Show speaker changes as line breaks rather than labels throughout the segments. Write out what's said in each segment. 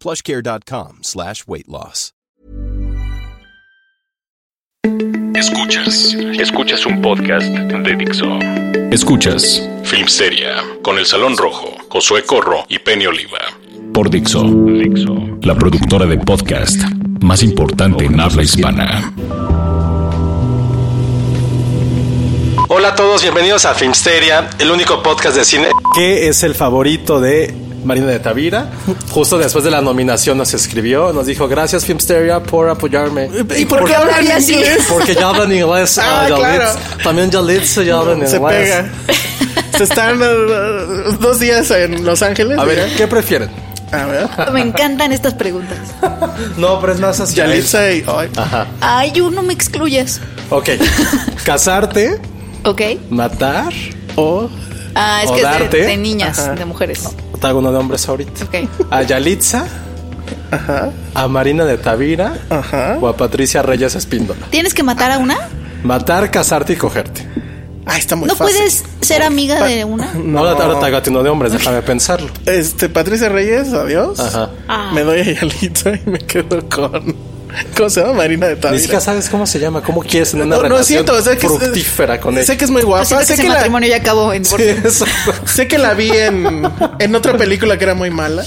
plushcare.com slash weight loss.
Escuchas, escuchas un podcast de Dixo. Escuchas Filmsteria con El Salón Rojo, Josué Corro y Penny Oliva. Por Dixo, Dixo, la productora de podcast más importante en habla hispana.
Hola a todos, bienvenidos a Filmsteria, el único podcast de cine que es el favorito de Marina de Tavira. Justo después de la nominación nos escribió, nos dijo gracias Filmsteria por apoyarme.
¿Y por qué hablan así?
Porque ya hablan inglés.
Ah,
ah, Yalitza.
claro.
También Yalitza ya hablan
Se
inglés.
pega. Se están uh, dos días en Los Ángeles.
A ver, ¿qué prefieren?
A ver.
Me encantan estas preguntas.
No, pero es más así.
Yalitza y. ay,
Ah.
Ay, yo no me excluyes.
Ok. Casarte,
¿Ok?
matar.
o-
Ah, es
O
que es de-
darte.
de, niñas, de mujeres.
Te hago uno de hombres ahorita.
Ok.
A Yalitza. A Marina de Tavira. O a Patricia Reyes Espíndola.
¿Tienes que matar a una?
Matar, casarte y cogerte.
Ay, está muy
¿No
fácil.
puedes ser amiga de una?
Ahora, ahora te hago a ti uno de hombres, déjame pensarlo.
Este, Patricia Reyes, adiós.
Ajá.
Ah.
Me doy a Yalitza y me quedo con. ¿Cómo se llama? Marina de
Ni siquiera
Tavira.
sabes cómo se llama, cómo quieres tener una
No, no es
relación
cierto. o sea que es-
fructífera con ella.
Sé que es muy guapa.
Siento que
sé,
ese
que la,
matrimonio ya acabó en
Sí, exacto.
sé que la vi en, en otra película que era muy mala.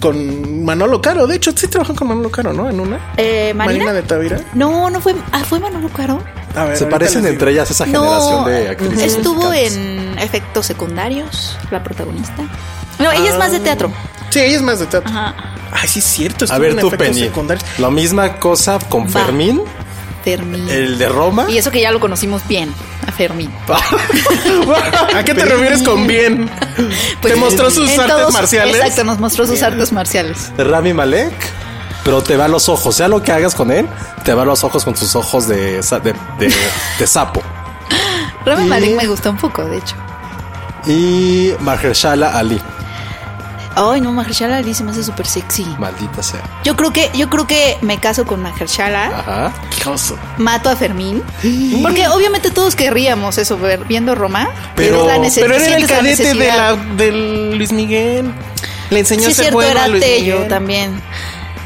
Con Manolo Caro. De hecho, sí trabajó con Manolo Caro, ¿no? En una.
Eh, ¿Marina?
de Tavira.
No, no fue. Ah, fue Manolo Caro.
A ver,
Se
ahorita
parecen
les digo.
entre ellas esa generación
No,
de actrices.
estuvo
mexicanas.
en efectos secundarios, la protagonista. No, ella es más de teatro.
Ah.
Sí, ella es más de teatro.
Ajá.
Ay, sí, es cierto.
A
estuvo
ver,
en
tú,
efectos
Penny.
secundarios.
La misma cosa con
Va.
Fermín,
Fermín.
el de Roma.
Y eso que ya lo conocimos bien, a Fermín.
¿A qué te refieres con bien?
Pues,
¿Te mostró sus
en
artes
todos-
marciales?
Exacto, nos mostró sus artes marciales.
Rami Malek, pero te va a los ojos. Sea lo que hagas con él, te va a los ojos con tus ojos de, sa- de, de- de sapo.
Rami Malek me gusta un poco, de hecho.
Y Mahershala Ali,
Ay, no, Mahershala Ali se me hace súper sexy.
maldita sea.
Yo creo que, yo creo que me caso con Mahershala,
Ajá.
Ah.
mato a Fermín, porque obviamente todos querríamos eso, ver, viendo Roma,
Pero-
es la nece-
Pero era el
sientes la
cadete de
necesidad.
la, del Luis Miguel. Le enseñó
Sí, es
ese
cierto,
juego a
era
Luis
Tello
Miguel.
también.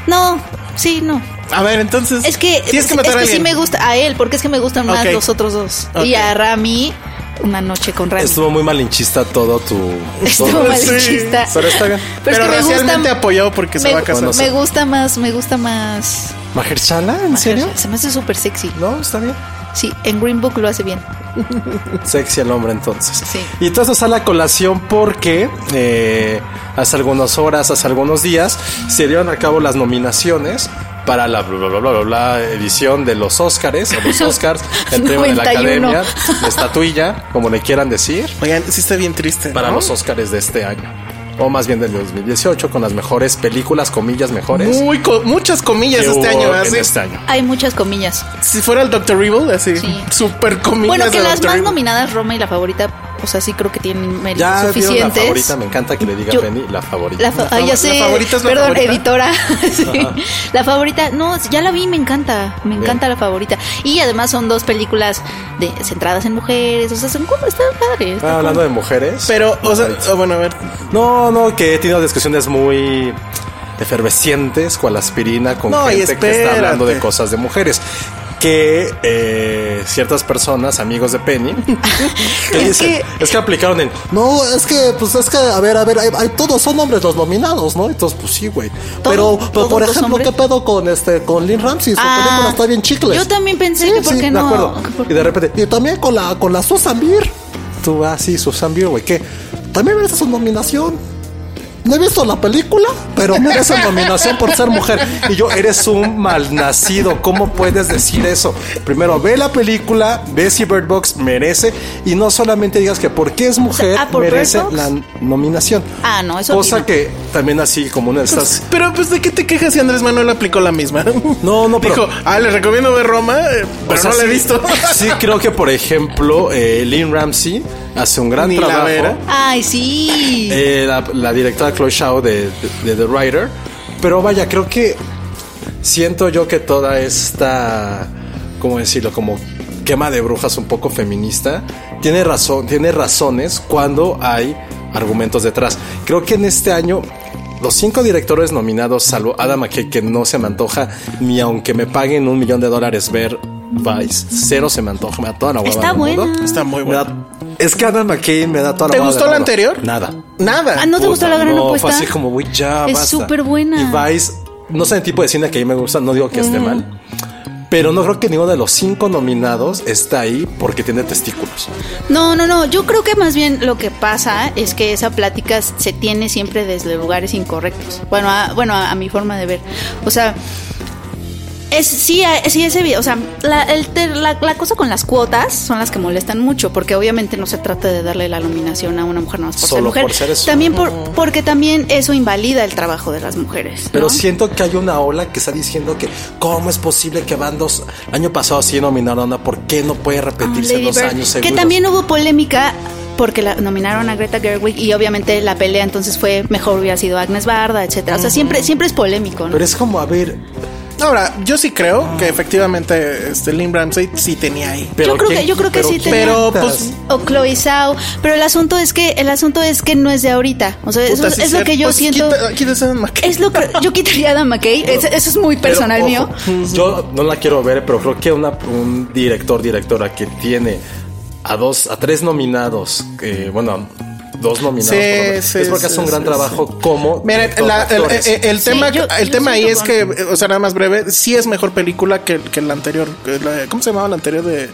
No, sí, no.
A ver, entonces.
Es que,
Tienes que matar
es
a
que sí
alguien.
me gusta a él, porque es que me gustan más
Ok.
los otros dos. Y
Ok.
a Rami, una noche con Rami.
Estuvo muy malinchista todo tu.
Estuvo
todo-
mal.
malinchista.
Pero está bien.
Pero,
es que me gusta-
racialmente apoyado porque se
me-
va a casar.
Bueno, sí.
me gusta más, me gusta más.
¿Mahershala? ¿En serio?
Se me hace súper sexy.
No, está bien.
Sí, en Green Book lo hace bien.
Sexy el hombre entonces.
Sí.
Y todo esto sale a colación porque eh, hace algunas horas, hace algunos días, se dieron a cabo las nominaciones para la bla bla bla bla, bla, bla edición de los Óscares, o los Óscars, el premio de la
91.
academia, la estatuilla, como le quieran decir,
Oigan, sí está bien triste. ¿no?
para los Óscares de este año. O más bien del 2018, con las mejores películas, comillas mejores.
Muy co- muchas comillas
que
este
hubo
año.
en
Así.
este año.
Hay muchas comillas.
Si fuera el Dr. Evil, así.
Sí.
Super comillas.
Bueno, que
de
las
Dr.
más
Evil.
nominadas, Roma y la favorita, o sea, sí creo que tienen méritos
Ya vieron la
suficientes.
favorita, me encanta que le diga
Yo-
Penny, la favorita.
La fa- ay,
la
ya sé.
favorita es la
Perdón,
favorita.
editora. Sí. La favorita, no, ya la vi, me encanta. Me encanta la favorita. Y además son dos películas de, centradas en mujeres. O sea, son como, están padres.
Ah, hablando de mujeres.
Pero, o sea, oh, bueno, a ver.
No, no, que he tenido discusiones muy efervescientes con la aspirina, con
No, y
gente que está hablando de
espérate.
cosas de mujeres. que eh, ciertas personas, amigos de Penny, que
Es
dicen,
que-
es que aplicaron el, no, es que, pues es que, a ver, a ver, hay, hay- todos son hombres los nominados, ¿no? Entonces, pues sí, güey. Pero, pero,
todos
por
los
ejemplo,
hombres.
¿qué pedo con este, con Lynn Ramsey? Su película está bien chicle.
Ah, Yo también pensé que por qué
de
no.
acuerdo.
que por-
Y de repente, y también con la, con la Susan Beer. Tú, ah, sí, Susan Beer, güey, que también merece su nominación. No he visto la película, pero merece nominación por ser mujer. Y yo, eres un malnacido. ¿Cómo puedes decir eso? Primero, ve la película, ve si Bird Box merece. Y no solamente digas que porque es mujer,
ah, ¿por Bird
merece
Box?
la nominación.
Ah, no, eso
Cosa
sí no.
que también así, como una de estas.
Pero pues de qué te quejas si Andrés Manuel aplicó la misma.
No, no, pero-
Dijo, ah, les recomiendo ver Roma, eh, pero
O sea,
no la he
sí-
visto.
Sí, creo que, por ejemplo, eh, Lynn Ramsey hace un gran
Ni la
trabajo.
verá.
Ay, sí.
Eh, la, la directora Chloe Shaw de, de- de The Writer. Pero vaya, creo que siento yo que toda esta, ¿cómo decirlo? Como quema de brujas un poco feminista, tiene razón, tiene razones cuando hay argumentos detrás. Creo que en este año los cinco directores nominados, salvo Adam McKay, que no se me antoja, ni aunque me paguen un millón de dólares ver Vice, cero se me antoja, me da toda la hueva
Está
del mundo.
buena.
Está muy
Me
buena.
da- es que Adam McKay me da toda la
¿Te
hueva
gustó
del
la
mundo.
anterior?
Nada.
Nada.
Ah, no te gustó la gran
No,
apuesta.
Fue así como, güey, ya
Es
basta.
superbuena.
Y Vice, no sé el tipo de cine que a mí me gusta, no digo que esté mal. Pero no creo que ninguno de los cinco nominados está ahí porque tiene testículos.
No, no, no. Yo creo que más bien lo que pasa es que esa plática se tiene siempre desde lugares incorrectos. Bueno, a, bueno, a, a mi forma de ver. O sea, es, sí, a- sí es evi- O sea, la, el te- la- la cosa con las cuotas son las que molestan mucho, porque obviamente no se trata de darle la nominación a una mujer nada más por ser
Solo
mujer.
por ser eso.
También por, porque también eso invalida el trabajo de las mujeres.
Pero
¿no?
siento que hay una ola que está diciendo que cómo es posible que van dos... Año pasado sí nominaron a una, ¿por qué no puede repetirse
Lady
dos
Bird,
años
Que
seguidos?
también hubo polémica porque la nominaron a Greta Gerwig y obviamente la pelea entonces fue mejor hubiera sido Agnes Barda, etcétera. O sea, siempre, siempre es polémico, ¿no?
Pero es como, a ver...
Ahora, yo sí creo que efectivamente este Lynn Ramsey sí tenía ahí.
Pero
yo creo
¿quién-
que, yo creo que
pero
sí
quién-
tenía-
Pero pues
o Chloe Zhao, pero el asunto es que el asunto es que no es de ahorita. O sea, eso
puta,
es,
sí
es lo
cierto.
que yo
Pues,
siento.
quita- quita esa maqueta.
Es lo que yo quitaría a Adam McKay, es- eso es muy
Pero,
personal
ojo,
mío.
Yo no la quiero ver, pero creo que una, un director, directora que tiene a dos, a tres nominados, eh, bueno, dos nominados,
Sí,
perdón,
sí,
es porque
sí,
hace un
sí,
gran
sí.
trabajo como.
Mira,
director
la-
de
el, eh,
actores.
el- el
Sí,
tema,
yo-
el
yo
tema ahí es
siento
que, o sea, nada más breve, sí es mejor película que, que la anterior. que la- ¿Cómo se llamaba la anterior de,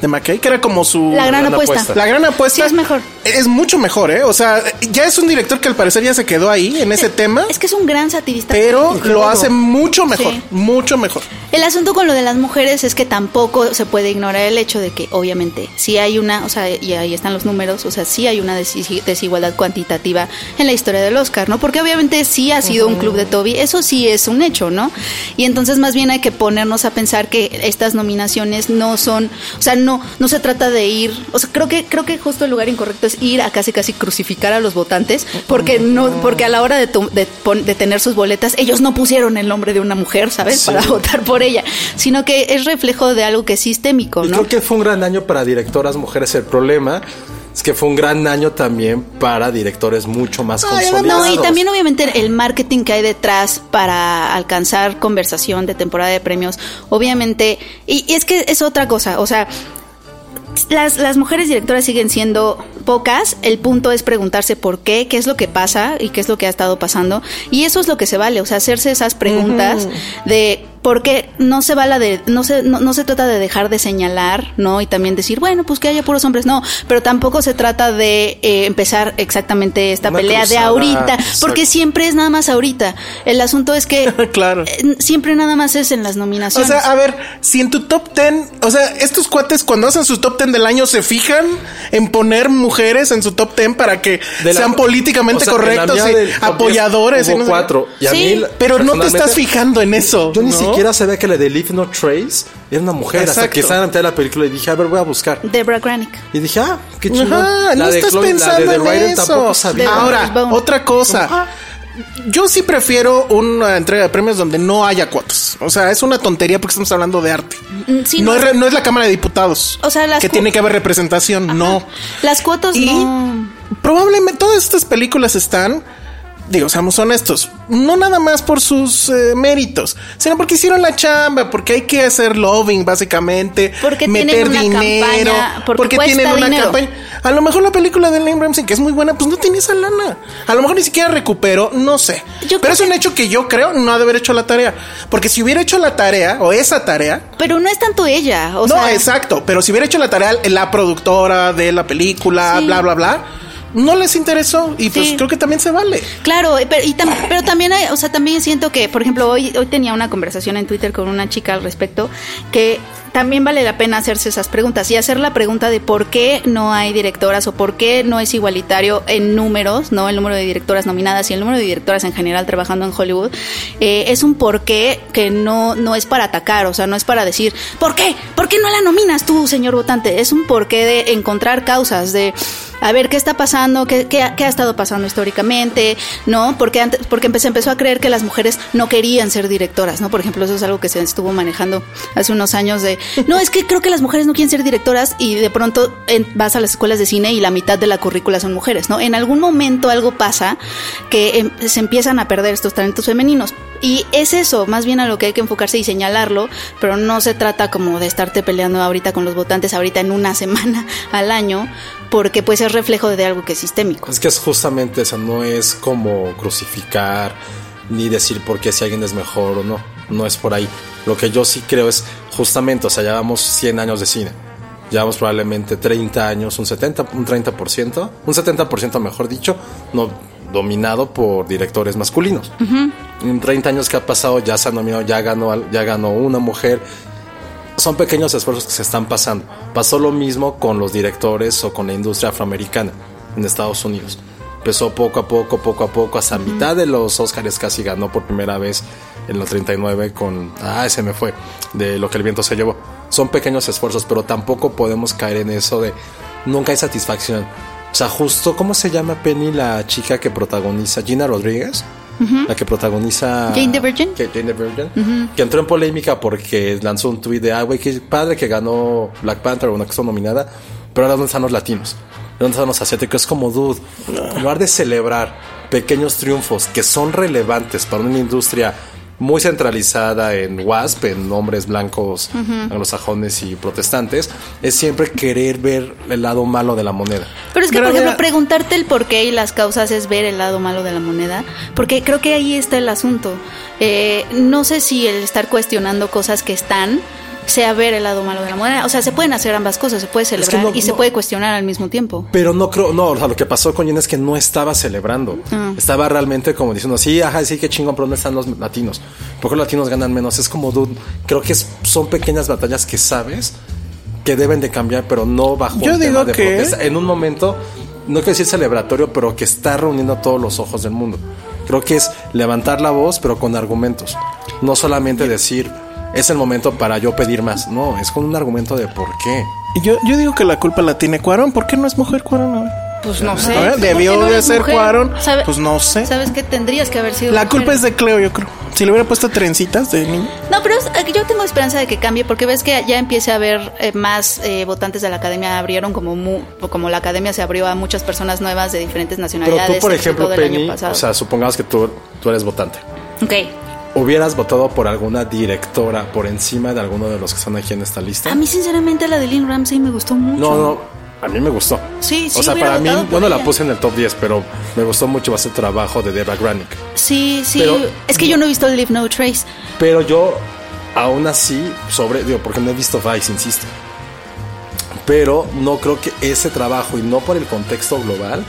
de McKay? Que era como su...
La gran
gran
apuesta.
apuesta.
La gran apuesta
Sí, es mejor.
Es mucho mejor, ¿eh? O sea, ya es un director que al parecer ya se quedó ahí en ese tema,
Es que es un gran satirista.
pero lo hace mucho mejor,
Sí.
mucho mejor.
El asunto con lo de las mujeres es que tampoco se puede ignorar el hecho de que, obviamente, sí hay una, o sea, y ahí están los números, o sea, sí hay una desi- desigualdad cuantitativa en la historia del Oscar, ¿no? Porque obviamente sí ha sido un club de Toby, eso sí es un hecho, ¿no? Y entonces más bien hay que ponernos a pensar que estas nominaciones no son, o sea, no, no se trata de ir, o sea, creo que, creo que justo el lugar incorrecto es ir a casi casi crucificar a los votantes, porque no, porque a la hora de, tu- de pon- de tener sus boletas, ellos no pusieron el nombre de una mujer, ¿sabes? Para votar por ella, sino que es reflejo de algo que es sistémico,
Y
¿no?
creo que fue un gran año para directoras mujeres. El problema es que fue un gran año también para directores mucho más consolidados.
No, y también obviamente el marketing que hay detrás para alcanzar conversación de temporada de premios, obviamente, y, y es que es otra cosa, o sea, las, las mujeres directoras siguen siendo pocas, el punto es preguntarse por qué, qué es lo que pasa y qué es lo que ha estado pasando, y eso es lo que se vale, o sea, hacerse esas preguntas de por qué no se vale de, no se, no, no se trata de dejar de señalar, ¿no? Y también decir, bueno, pues que haya puros hombres, no, pero tampoco se trata de eh, empezar exactamente esta
Una
pelea de
cruzada,
ahorita,
exacto.
porque siempre es nada más ahorita. El asunto es que
Claro.
eh, siempre nada más es en las
O
nominaciones.
sea, a ver, si en tu top 10, o sea, estos cuates cuando hacen su top 10 del año se fijan en poner mujeres en su top 10 para que
De la-
sean políticamente
o sea, en la
correctos
mía
y
del top 10
apoyadores. y
hubo
no sé qué.
cuatro. Y a
Sí,
mí,
Pero no te
personalmente,
estás fijando en eso.
Yo ni
¿no?
siquiera sabía que la de Leave No Trace era una mujer. Hasta
Exacto.
que estaba en la mitad de la película y dije, a ver, voy a buscar.
Deborah Granick.
Y dije, ah, qué chingón.
Ajá,
La
no
de
estás
Chloe- la de
pensando
The
en
Rider
eso.
tampoco sabía.
De-
Ahora,
Vamos.
otra cosa. Yo sí prefiero una entrega de premios donde no haya cuotas. O sea, es una tontería porque estamos hablando de arte.
Mm, sí,
no,
no.
Es, re- no es la Cámara de Diputados.
O sea, las
que
cu-
tiene que haber representación. No.
Las cuotas
Y
no.
probablemente todas estas películas están digo, seamos honestos, no nada más por sus eh, méritos, sino porque hicieron la chamba, porque hay que hacer lobbying básicamente,
Porque
meter
tienen una
dinero,
campaña, porque cuesta
tienen una
dinero.
campaña. A lo mejor la película de Lane Ramsey, que es muy buena, pues no tenía esa lana. A lo mejor ni siquiera recuperó, no sé.
Yo creo
Pero es un hecho que yo creo no ha de haber hecho la tarea, porque si hubiera hecho la tarea o esa tarea,
Pero no es tanto ella. O
no,
sea,
exacto. Pero si hubiera hecho la tarea la productora de la película,
Sí.
bla, bla, bla, no les interesó. Y pues
Sí.
creo que también se vale.
Claro, eh, pero, y tam- pero también, hay- o sea, también siento que, por ejemplo, hoy, hoy tenía una conversación en Twitter con una chica al respecto que también vale la pena hacerse esas preguntas y hacer la pregunta de por qué no hay directoras o por qué no es igualitario en números, no el número de directoras nominadas y el número de directoras en general trabajando en Hollywood, eh, es un porqué que no, no es para atacar, o sea, no es para decir, ¿por qué? ¿Por qué no la nominas tú, señor votante? Es un porqué de encontrar causas, de a ver qué está pasando, qué, qué ha- qué ha estado pasando históricamente, ¿no? Porque antes, porque empe- se empezó a creer que las mujeres no querían ser directoras, ¿no? Por ejemplo, eso es algo que se estuvo manejando hace unos años de no, es que creo que las mujeres no quieren ser directoras y de pronto en- vas a las escuelas de cine y la mitad de la currícula son mujeres, ¿no? En algún momento algo pasa que em- se empiezan a perder estos talentos femeninos. Y es eso, más bien a lo que hay que enfocarse y señalarlo, pero no se trata como de estarte peleando ahorita con los votantes, ahorita en una semana al año, porque pues es reflejo de algo que es sistémico.
Es que es justamente eso, no es como crucificar ni decir por qué si alguien es mejor o no. No es por ahí. Lo que yo sí creo es justamente, o sea, llevamos 100 años de cine. Llevamos probablemente 30 años, un 70, un 30%, un 70% mejor dicho, no dominado por directores masculinos. En 30 años que ha pasado ya se ha nominado, ya ganó, al- ya ganó una mujer, son pequeños esfuerzos que se están pasando. Pasó lo mismo con los directores o con la industria afroamericana en Estados Unidos. Empezó poco a poco, poco a poco, hasta mitad de los Oscars casi ganó por primera vez en los 39 con... Ah, ese me fue, de lo que el viento se llevó. Son pequeños esfuerzos, pero tampoco podemos caer en eso de nunca hay satisfacción. O sea, justo, ¿cómo se llama Penny la chica que protagoniza? Gina Rodríguez, la que protagoniza...
Jane the Virgin.
que Jane the Virgin, que entró en polémica porque lanzó un tuit de, ah, güey, qué padre que ganó Black Panther o una que estuvo nominada, pero ahora dónde están los latinos, dónde están los asiáticos, es como dude, en lugar de celebrar pequeños triunfos que son relevantes para una industria muy centralizada en WASP, en hombres blancos, anglosajones y protestantes, es siempre querer ver el lado malo de la moneda.
Pero es que,
Pero
por ejemplo,
mira-
preguntarte el porqué y las causas es ver el lado malo de la moneda, porque creo que ahí está el asunto. Eh, no sé si el estar cuestionando cosas que están sea ver el lado malo de la moneda. O sea, se pueden hacer ambas cosas, se puede
que
celebrar
no-
y se
no-
puede cuestionar al mismo tiempo.
Pero no creo, no, o sea, lo que pasó con Jen es que no estaba celebrando.
Ah.
Estaba realmente como diciendo, sí, ajá, sí, qué chingón, pero ¿dónde están los latinos? ¿Por qué los latinos ganan menos? Es como, dude, creo que es- son pequeñas batallas que sabes que deben de cambiar, pero no bajo
Yo
un
digo
tema de
que-
protesta. En un momento, no quiero decir celebratorio, pero que está reuniendo a todos los ojos del mundo. Creo que es levantar la voz, pero con argumentos. No solamente decir, es el momento para yo pedir más. No, es con un argumento de por qué.
Y Yo, yo digo que la culpa la tiene Cuarón. ¿Por qué no es mujer Cuarón? A ver.
Pues no sé.
A ver,
¿Por qué
debió
no
de
eres
ser
mujer?
Cuarón.
¿Sabe-
Pues no sé.
¿Sabes qué? Tendrías que haber sido
La
mujer.
culpa es de Cleo, yo creo. Si le hubiera puesto trencitas de niño.
No, pero es- yo tengo esperanza de que cambie porque ves que ya empieza a haber eh, más eh, votantes de la academia abrieron como mu- como la academia se abrió a muchas personas nuevas de diferentes
Pero
nacionalidades.
tú, por ejemplo,
todo el este año
Penny,
pasado.
o sea, supongamos que tú, tú eres votante.
Ok.
¿Hubieras votado por alguna directora por encima de alguno de los que están aquí en esta lista?
A mí sinceramente la de Lynn Ramsey me gustó mucho.
no, no, a mí me gustó.
Sí, sí,
O sea,
hubiera
para mí,
votado por
yo no
ella.
la puse en el top 10, pero me gustó mucho más el trabajo de Debra Granick.
Sí, sí.
Pero-
es que yo no he visto Leave No Trace.
Pero yo, aún así, sobre, digo, porque no he visto Vice, insisto. Pero no creo que ese trabajo, y no por el contexto global,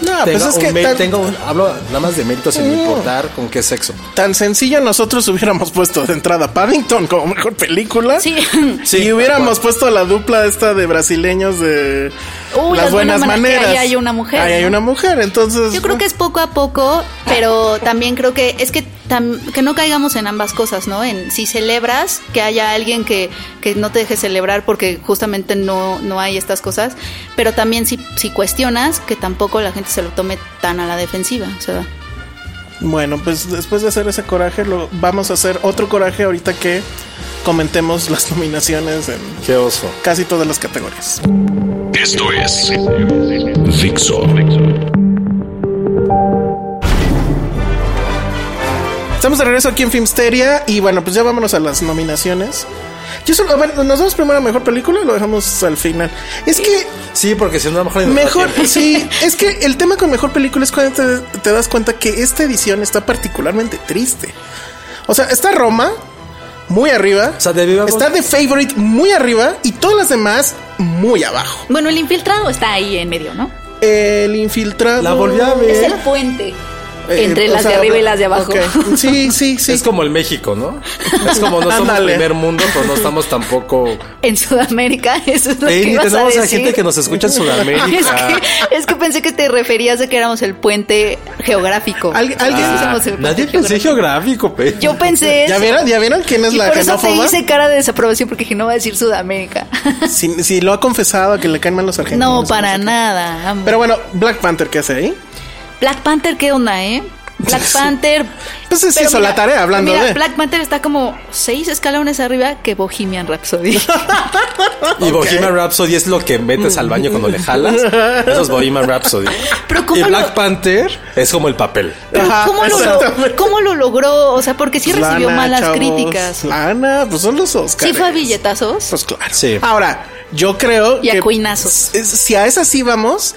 No,
tenga,
pues es
un
que
mé-
tan,
tenga un- Hablo nada más de méritos sin importar con qué sexo.
tan sencillo nosotros hubiéramos puesto de entrada Paddington como mejor película.
Sí.
Si
Sí,
hubiéramos
tal cual.
puesto la dupla esta de brasileños de
Uy,
las buenas maneras.
que Ahí hay una mujer.
Ahí hay
¿no?
una mujer, entonces.
Yo creo que es poco a poco, pero también creo que es que tam- que no caigamos en ambas cosas, ¿no? En si celebras que haya alguien que, que no te deje celebrar porque justamente no, no hay estas cosas, pero también si, si cuestionas que tampoco la gente se lo tome tan a la defensiva. O sea,
Bueno, pues después de hacer ese coraje, lo vamos a hacer otro coraje ahorita que comentemos las nominaciones en
Qué oso.
casi todas las categorías.
Esto es Dixo.
Estamos de regreso aquí en Filmsteria y bueno, pues ya vámonos a las nominaciones. Yo solo, a ver, nos vamos primero a mejor película y lo dejamos al final. Es que
Sí, porque si no, a lo mejor. no
Mejor,
tiene.
sí. Es que el tema con mejor película es cuando te, te das cuenta que esta edición está particularmente triste. O sea, está Roma muy arriba.
O sea, de viva voz.
está The Favorite muy arriba y todas las demás muy abajo.
Bueno, el infiltrado está ahí en medio, ¿no?
El infiltrado.
La volví a ver.
Es el puente.
Eh,
entre
o
las
sea,
de arriba y las de abajo.
ok. Sí, sí, sí.
Es como el México, ¿no? Es como no somos
Ándale.
primer mundo, pero no estamos tampoco.
En Sudamérica, eso es lo
Ey,
que
ni
ibas a
tenemos
decir.
a gente que nos escucha en
es,
Sudamérica.
que, es que pensé que te referías a que éramos el puente geográfico.
Al- alguien-
Sí,
Ah,
somos el puente
nadie pensé
geográfico.
geográfico, pe.
Yo pensé
¿Ya
eso.
vieron, ¿Ya vieron quién es
Y
la
por eso te
xenófoba?
hice cara de desaprobación porque dije, no va a decir Sudamérica.
Si, si lo ha confesado que le caen mal los argentinos.
no, para nada. amo.
Pero bueno, Black Panther, ¿qué hace ahí?
Black Panther, ¿qué onda, eh? Black Panther.
Pues se
Pero
hizo la tarea hablando
mira,
de-
Black Panther está como seis escalones arriba que Bohemian Rhapsody.
Y Bohemian Rhapsody es lo que metes al baño cuando le jalas. Eso es Bohemian Rhapsody.
Pero
Y
¿cómo,
Black
lo,
Panther es como el papel.
pero
Ajá,
cómo lo-
exactamente.
cómo lo logró? O sea, porque sí recibió
Lana,
malas
chavos,
críticas.
Lana, pues son los Oscars.
Sí fue a billetazos.
Pues claro.
Sí.
Ahora, yo creo
Y a
que
cuinazos.
s- si a esa sí vamos,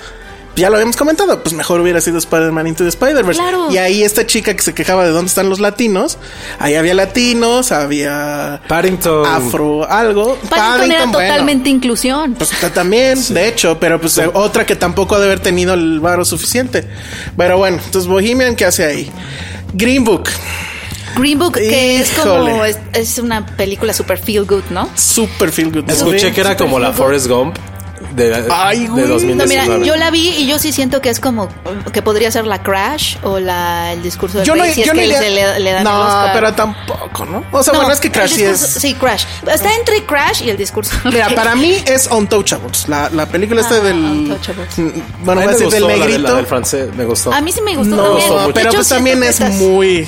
ya lo habíamos comentado, pues mejor hubiera sido Spider-Man Into the Spider-Verse.
Claro.
Y ahí esta chica que se quejaba de dónde están los latinos, ahí había latinos, había
Paddington.
afro algo.
Paddington era
bueno,
totalmente inclusión.
pues ta- también, de hecho, pero pues eh, otra que tampoco ha de haber tenido el varo suficiente. Pero bueno, entonces Bohemian, ¿qué hace ahí? Green Book,
Green Book, que es como
Híjole.
es, es una película super feel good, ¿no?
super feel good.
Escuché que era como la Forrest Gump de,
Ay,
de
güey.
No, mira,
2019.
yo la vi y yo sí siento que es como que podría ser la Crash o la el discurso de
Yo no,
Pérez, si es
yo no
que
iría-
se le, le dan el
No,
Oscar.
pero tampoco, ¿no? O sea,
No,
bueno, es que
el
Crash sí
discurso-
es.
Sí, Crash. Está entre Crash y el discurso.
Mira, para mí es Untouchables. La, la película esta
Ah,
del.
Untouchables.
Mm,
A
Bueno,
mí
voy a
me
decir del
gustó la de-
negrito.
la del francés me gustó.
A mí sí me gustó
no,
también. De
pero
hecho,
pues
sí
también es
interpretas.
muy.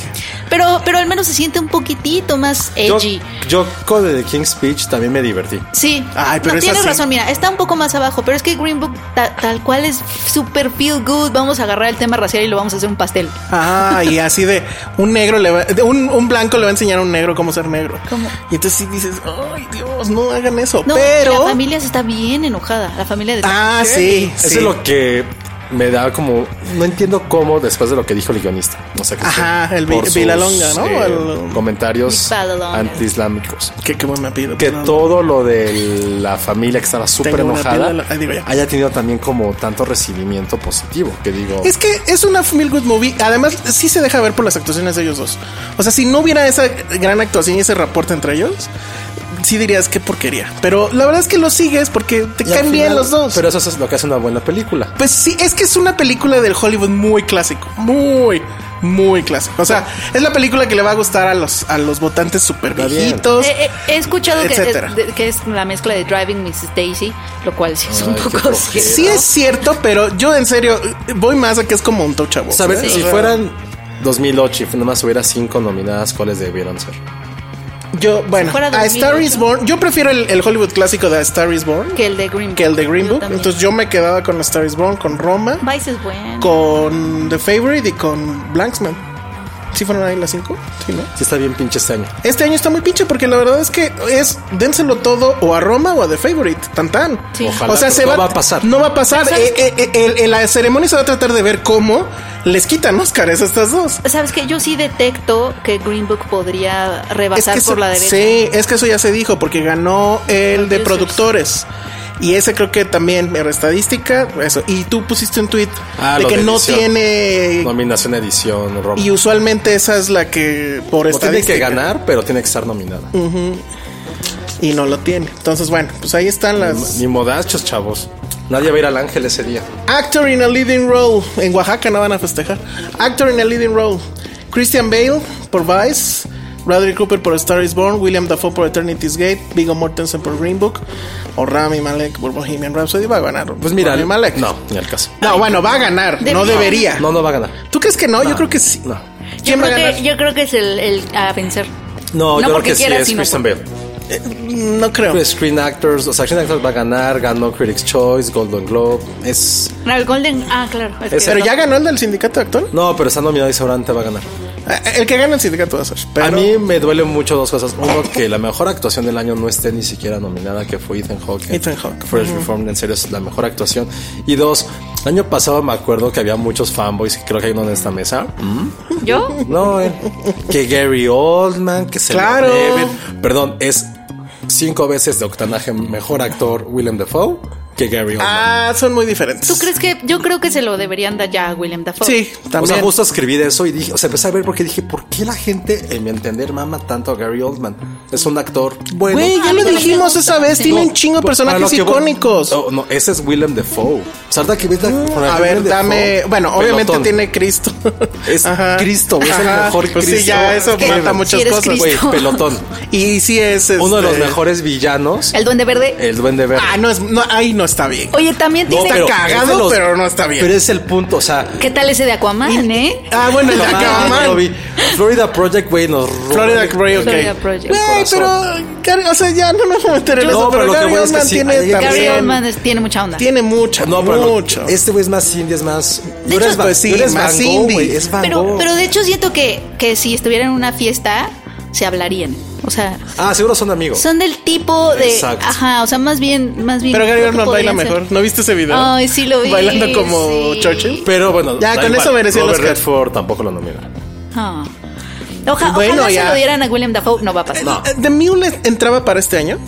Pero, pero al menos se siente un poquitito más
yo,
edgy.
yo con The King's Speech también me divertí.
Sí,
Ay, pero
no,
es
tienes
así.
razón, mira, está un poco más abajo, pero es que Green Book ta- tal cual es super feel good, vamos a agarrar el tema racial y lo vamos a hacer un pastel.
Ah, y así de un negro le va, de un, un blanco le va a enseñar a un negro cómo ser negro.
¿Cómo?
Y entonces sí dices, ay Dios, no hagan eso.
No, la
pero.
familia está bien enojada, la familia de
Ah, sí, sí.
Eso es lo que me da como. No entiendo cómo después de lo que dijo el guionista. No sé qué sé,
Ajá, el Vi-
por sus,
Villalonga, ¿no?
eh,
El-
comentarios
Villalonga.
antiislámicos.
Que qué buen apellido,
Que
perdón.
todo lo de la familia que estaba súper
Tengo una
enojada
pila- ah, digo ya.
haya tenido también como tanto recibimiento positivo. Que digo.
Es que es una feel good movie. Además, sí se deja ver por las actuaciones de ellos dos. O sea, si no hubiera esa gran actuación y ese reporte entre ellos, sí dirías qué porquería. Pero la verdad es que lo sigues porque te
y al
caen bien
final-
los dos.
Pero eso es lo que hace una buena película.
Pues sí, es que es una película del Hollywood muy clásico, muy, muy clásico. O sea, es la película que le va a gustar a los, a los votantes super
Está bien.
viejitos.
Eh, eh, he escuchado que,
etcétera.
de- que es la mezcla de Driving Mrs. Daisy, lo cual sí es un
Ay, qué
poco
flojera.
cierto.
Sí es cierto, pero yo en serio eh, voy más a que es como un touchable.
O sea, a ver, si fueran 2008 y nomás hubiera cinco nominadas, ¿cuáles debieron ser?
Yo, bueno,
fuera
a Star
2008.
is Born, yo prefiero el, el Hollywood clásico de A Star is Born
Que el de Green Book.
que el de Green
Yo
Book.
también.
Entonces yo me quedaba con A Star is Born, con Roma,
Vice es bueno.
con The Favorite y con Blanksman. ¿Sí fueron ahí las cinco? Sí, ¿no?
Sí está bien pinche este año.
Este año está muy pinche porque la verdad es que es dénselo todo o a Roma o a The Favorite, tan tan.
Sí.
Ojalá,
o sea,
pero
se
no va a pasar.
No va a pasar.
¿Sabes?
Eh, eh, eh, el- el- la ceremonia se va a tratar de ver cómo les quitan Óscares a estas dos.
Sabes que yo sí detecto que Green Book podría
Es
rebasar
que
por
eso-
la derecha.
Sí, es que eso ya se dijo porque ganó el de
Producers.
productores. Y ese creo que también, pero estadística, eso. Y tú pusiste un tweet
Ah,
de
lo
que
de
no
edición.
tiene.
Nominación edición, Roma.
y este usualmente esa es la que por
O tiene
estadística.
que ganar, pero tiene que estar nominada.
Mm. Y no lo tiene. Entonces, bueno, pues ahí están las.
Ni modachos, chavos. Nadie va a ir al ángel ese día.
Actor in a leading role. En Oaxaca no van a festejar. Actor in a leading role. Christian Bale por Vice. Bradley Cooper por Star is Born. William Dafoe por Eternity's Gate. Vigo Mortensen por Green Book. O Rami Malek por Bohemian Rhapsody. Va a ganar.
Pues mira,
Rami Malek.
no, ni al caso.
No, bueno, va a ganar. No
Debería.
debería.
No, no va a ganar.
¿Tú crees que no? Yo creo que sí.
No.
Yo
¿Quién va a
creo, que,
ganar?
yo creo que es el, el a vencer.
No, yo creo
porque
que sí
quiera,
es
sino
Christian
por-
Bale.
Eh, mm, No creo.
Pues Screen Actors, o sea, Screen Actors va a ganar, ganó Critics Choice, Golden Globe. Es.
No, el Golden. Ah, claro. es que
Pero
ganó.
ya ganó el del sindicato actual.
No, pero está nominado y seguramente va a ganar.
El que gana el sindicato va a ser. Pero
Pues, A mí me duelen mucho dos cosas. Uno, que la mejor actuación del año no esté ni siquiera nominada, que fue Ethan Hawke. en
Ethan Hawke.
Fresh Reformed, en serio, es la mejor actuación. Y dos, el año pasado me acuerdo que había muchos fanboys, que creo que hay uno en esta mesa.
¿Yo?
No, eh, que Gary Oldman, que se
Claro.
Perdón, es cinco veces de octanaje mejor actor Willem Dafoe que Gary Oldman.
Ah, son muy diferentes.
¿Tú crees que yo creo que se lo deberían dar ya a William Dafoe?
Sí, también.
O sea, justo escribí de eso y dije, o sea, empecé a ver porque dije, ¿por qué la gente, en mi entender, mama tanto a Gary Oldman? Es un actor bueno.
Güey, ya
a
lo
mí también me
dijimos
gusta.
esa vez.
Sí.
Tiene un chingo de
pues, Para lo
personajes
que voy-
icónicos. Ah,
No, no, ese es Willem Dafoe. O sea, Pues ahorita que ves la- con el
A ver,
Willem Dafoe,
dame. Bueno, obviamente
pelotón.
tiene Cristo.
Es Cristo, güey, es el mejor
Pues Sí,
Cristo.
ya eso
Que-
mata
si
muchas
eres
cosas.
Cristo.
Güey, pelotón.
Y sí es.
Uno de los
este,
mejores villanos,
El Duende Verde.
el Duende Verde.
Ah, no, es, no, ahí no está bien.
Oye, también
No,
tiene.
pero-
es de
cagado, pero no está bien.
Pero es el punto, o sea,
¿Qué tal ese de Aquaman, eh?
Ah, bueno, el de Aquaman.
lo vi. Florida Project, güey, nos robó.
Florida Gray,
Florida
ok.
Project.
Güey, pero. Gary- O sea, ya no nos vamos a meter en
No,
eso.
pero
Pero
lo que
Gary
voy es que
Oldman
sí,
tiene
ahí-
Gary
también.
Oldman es- tiene mucha onda.
Tiene mucha,
No, pero
mucho.
este güey es más indie, es más.
De hecho, pues sí, más indie.
güey, es Van
Pero,
Gogh.
pero de hecho siento que, que si estuvieran en una fiesta, se hablarían. O sea,
Ah, seguro son amigos.
son del tipo de.
Exacto.
Ajá, o sea, más bien, más bien.
Pero Gary
creo que
Oldman baila
podrían ser.
mejor. ¿No viste ese video?
Ay, sí lo vi,
Bailando como
sí.
Churchill.
Pero bueno,
Ya,
da
con
igual.
eso merecía el
Robert
Oscar.
Redford tampoco lo nomina.
Ah. Oja-
Bueno,
ojalá
ya.
se lo dieran a William Dafoe, no va a pasar.
No.
¿The Mule Eh, entraba para este año?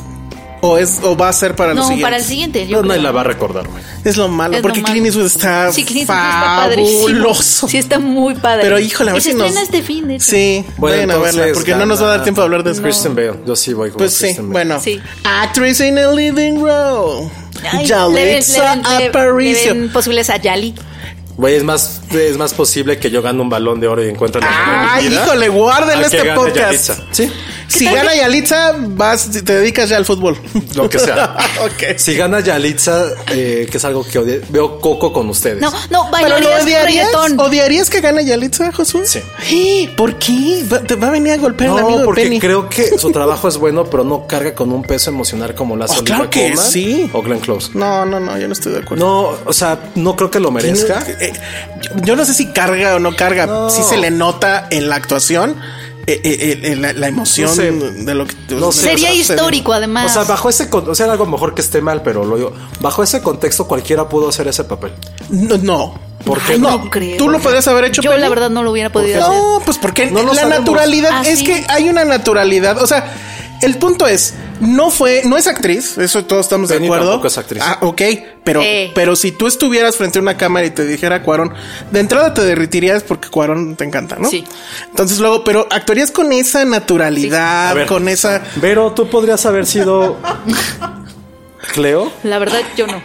¿O, es, o va a ser para
No,
los siguientes?
para el siguiente. Yo
No, nadie
creo.
la va a recordar, güey.
Es lo malo,
Es lo
porque
malo.
Clint Eastwood está
Sí, Clint Eastwood está padrísimo.
fabuloso.
Sí, está muy padre.
Pero híjole, a ver
Y se
si nos...
estrena este fin, de hecho.
Sí, vayan a verla,
entonces,
porque no nos va a dar
gana este
tiempo de hablar de eso.
Kristen Bale, yo sí voy con
Pues sí,
Kristen Bale.
bueno.
Sí.
Actress in a living role.
Ay,
Yalitza
le ven- le ven-
Aparicio.
le ven posibles a Yali.
Güey, es más, es más posible que yo gane un balón de oro y encuentre la gema
Ay,
emitida
híjole, guarden
a Ah, que
este
gane
podcast.
Yalitza. Sí,
Si gana Yalitza, vas, te dedicas ya al fútbol.
lo que sea.
ok.
Si gana Yalitza, eh, que es algo que odie- veo coco con ustedes.
No, no,
Pero lo
bailarías
odiarías,
reggaetón.
odiarías que gane Yalitza, Josué.
Sí.
Sí. ¿Por qué? Va- Te va a venir a golpear el amigo
No,
de
porque
Penny.
creo que su trabajo es bueno, pero no carga con un peso emocional como la hace
Oh, claro
Olivia
que
Colman
sí.
o Glenn Close.
No, no, no, yo no estoy de acuerdo.
No, o sea, no creo que lo merezca.
Eh, yo- yo no sé si carga o no carga.
No.
Si se le nota en la actuación eh, eh, eh, la, la emoción
No sé.
de lo que
No sé,
Sería
o sea,
histórico, además.
O sea, bajo ese con- o sea, algo mejor que esté mal, pero lo digo, bajo ese contexto cualquiera pudo hacer ese papel.
No, no.
¿Por qué
Ay,
no?
No creo.
Tú lo podrías haber hecho.
Yo,
Penny?
la verdad, no lo hubiera podido hacer.
No, pues porque
No lo
la
sabemos.
naturalidad
Ah,
es
sí.
que hay una naturalidad. O sea, el punto es, no fue, no es actriz, eso todos estamos de
Penny
acuerdo.
tampoco es actriz.
Ah, ok, pero,
Eh.
pero si tú estuvieras frente a una cámara y te dijera Cuarón, de entrada te derritirías porque Cuarón te encanta, ¿no?
Sí.
Entonces luego, pero actuarías con esa naturalidad,
A ver.
con esa.
Pero tú podrías haber sido Cleo.
La verdad, yo no.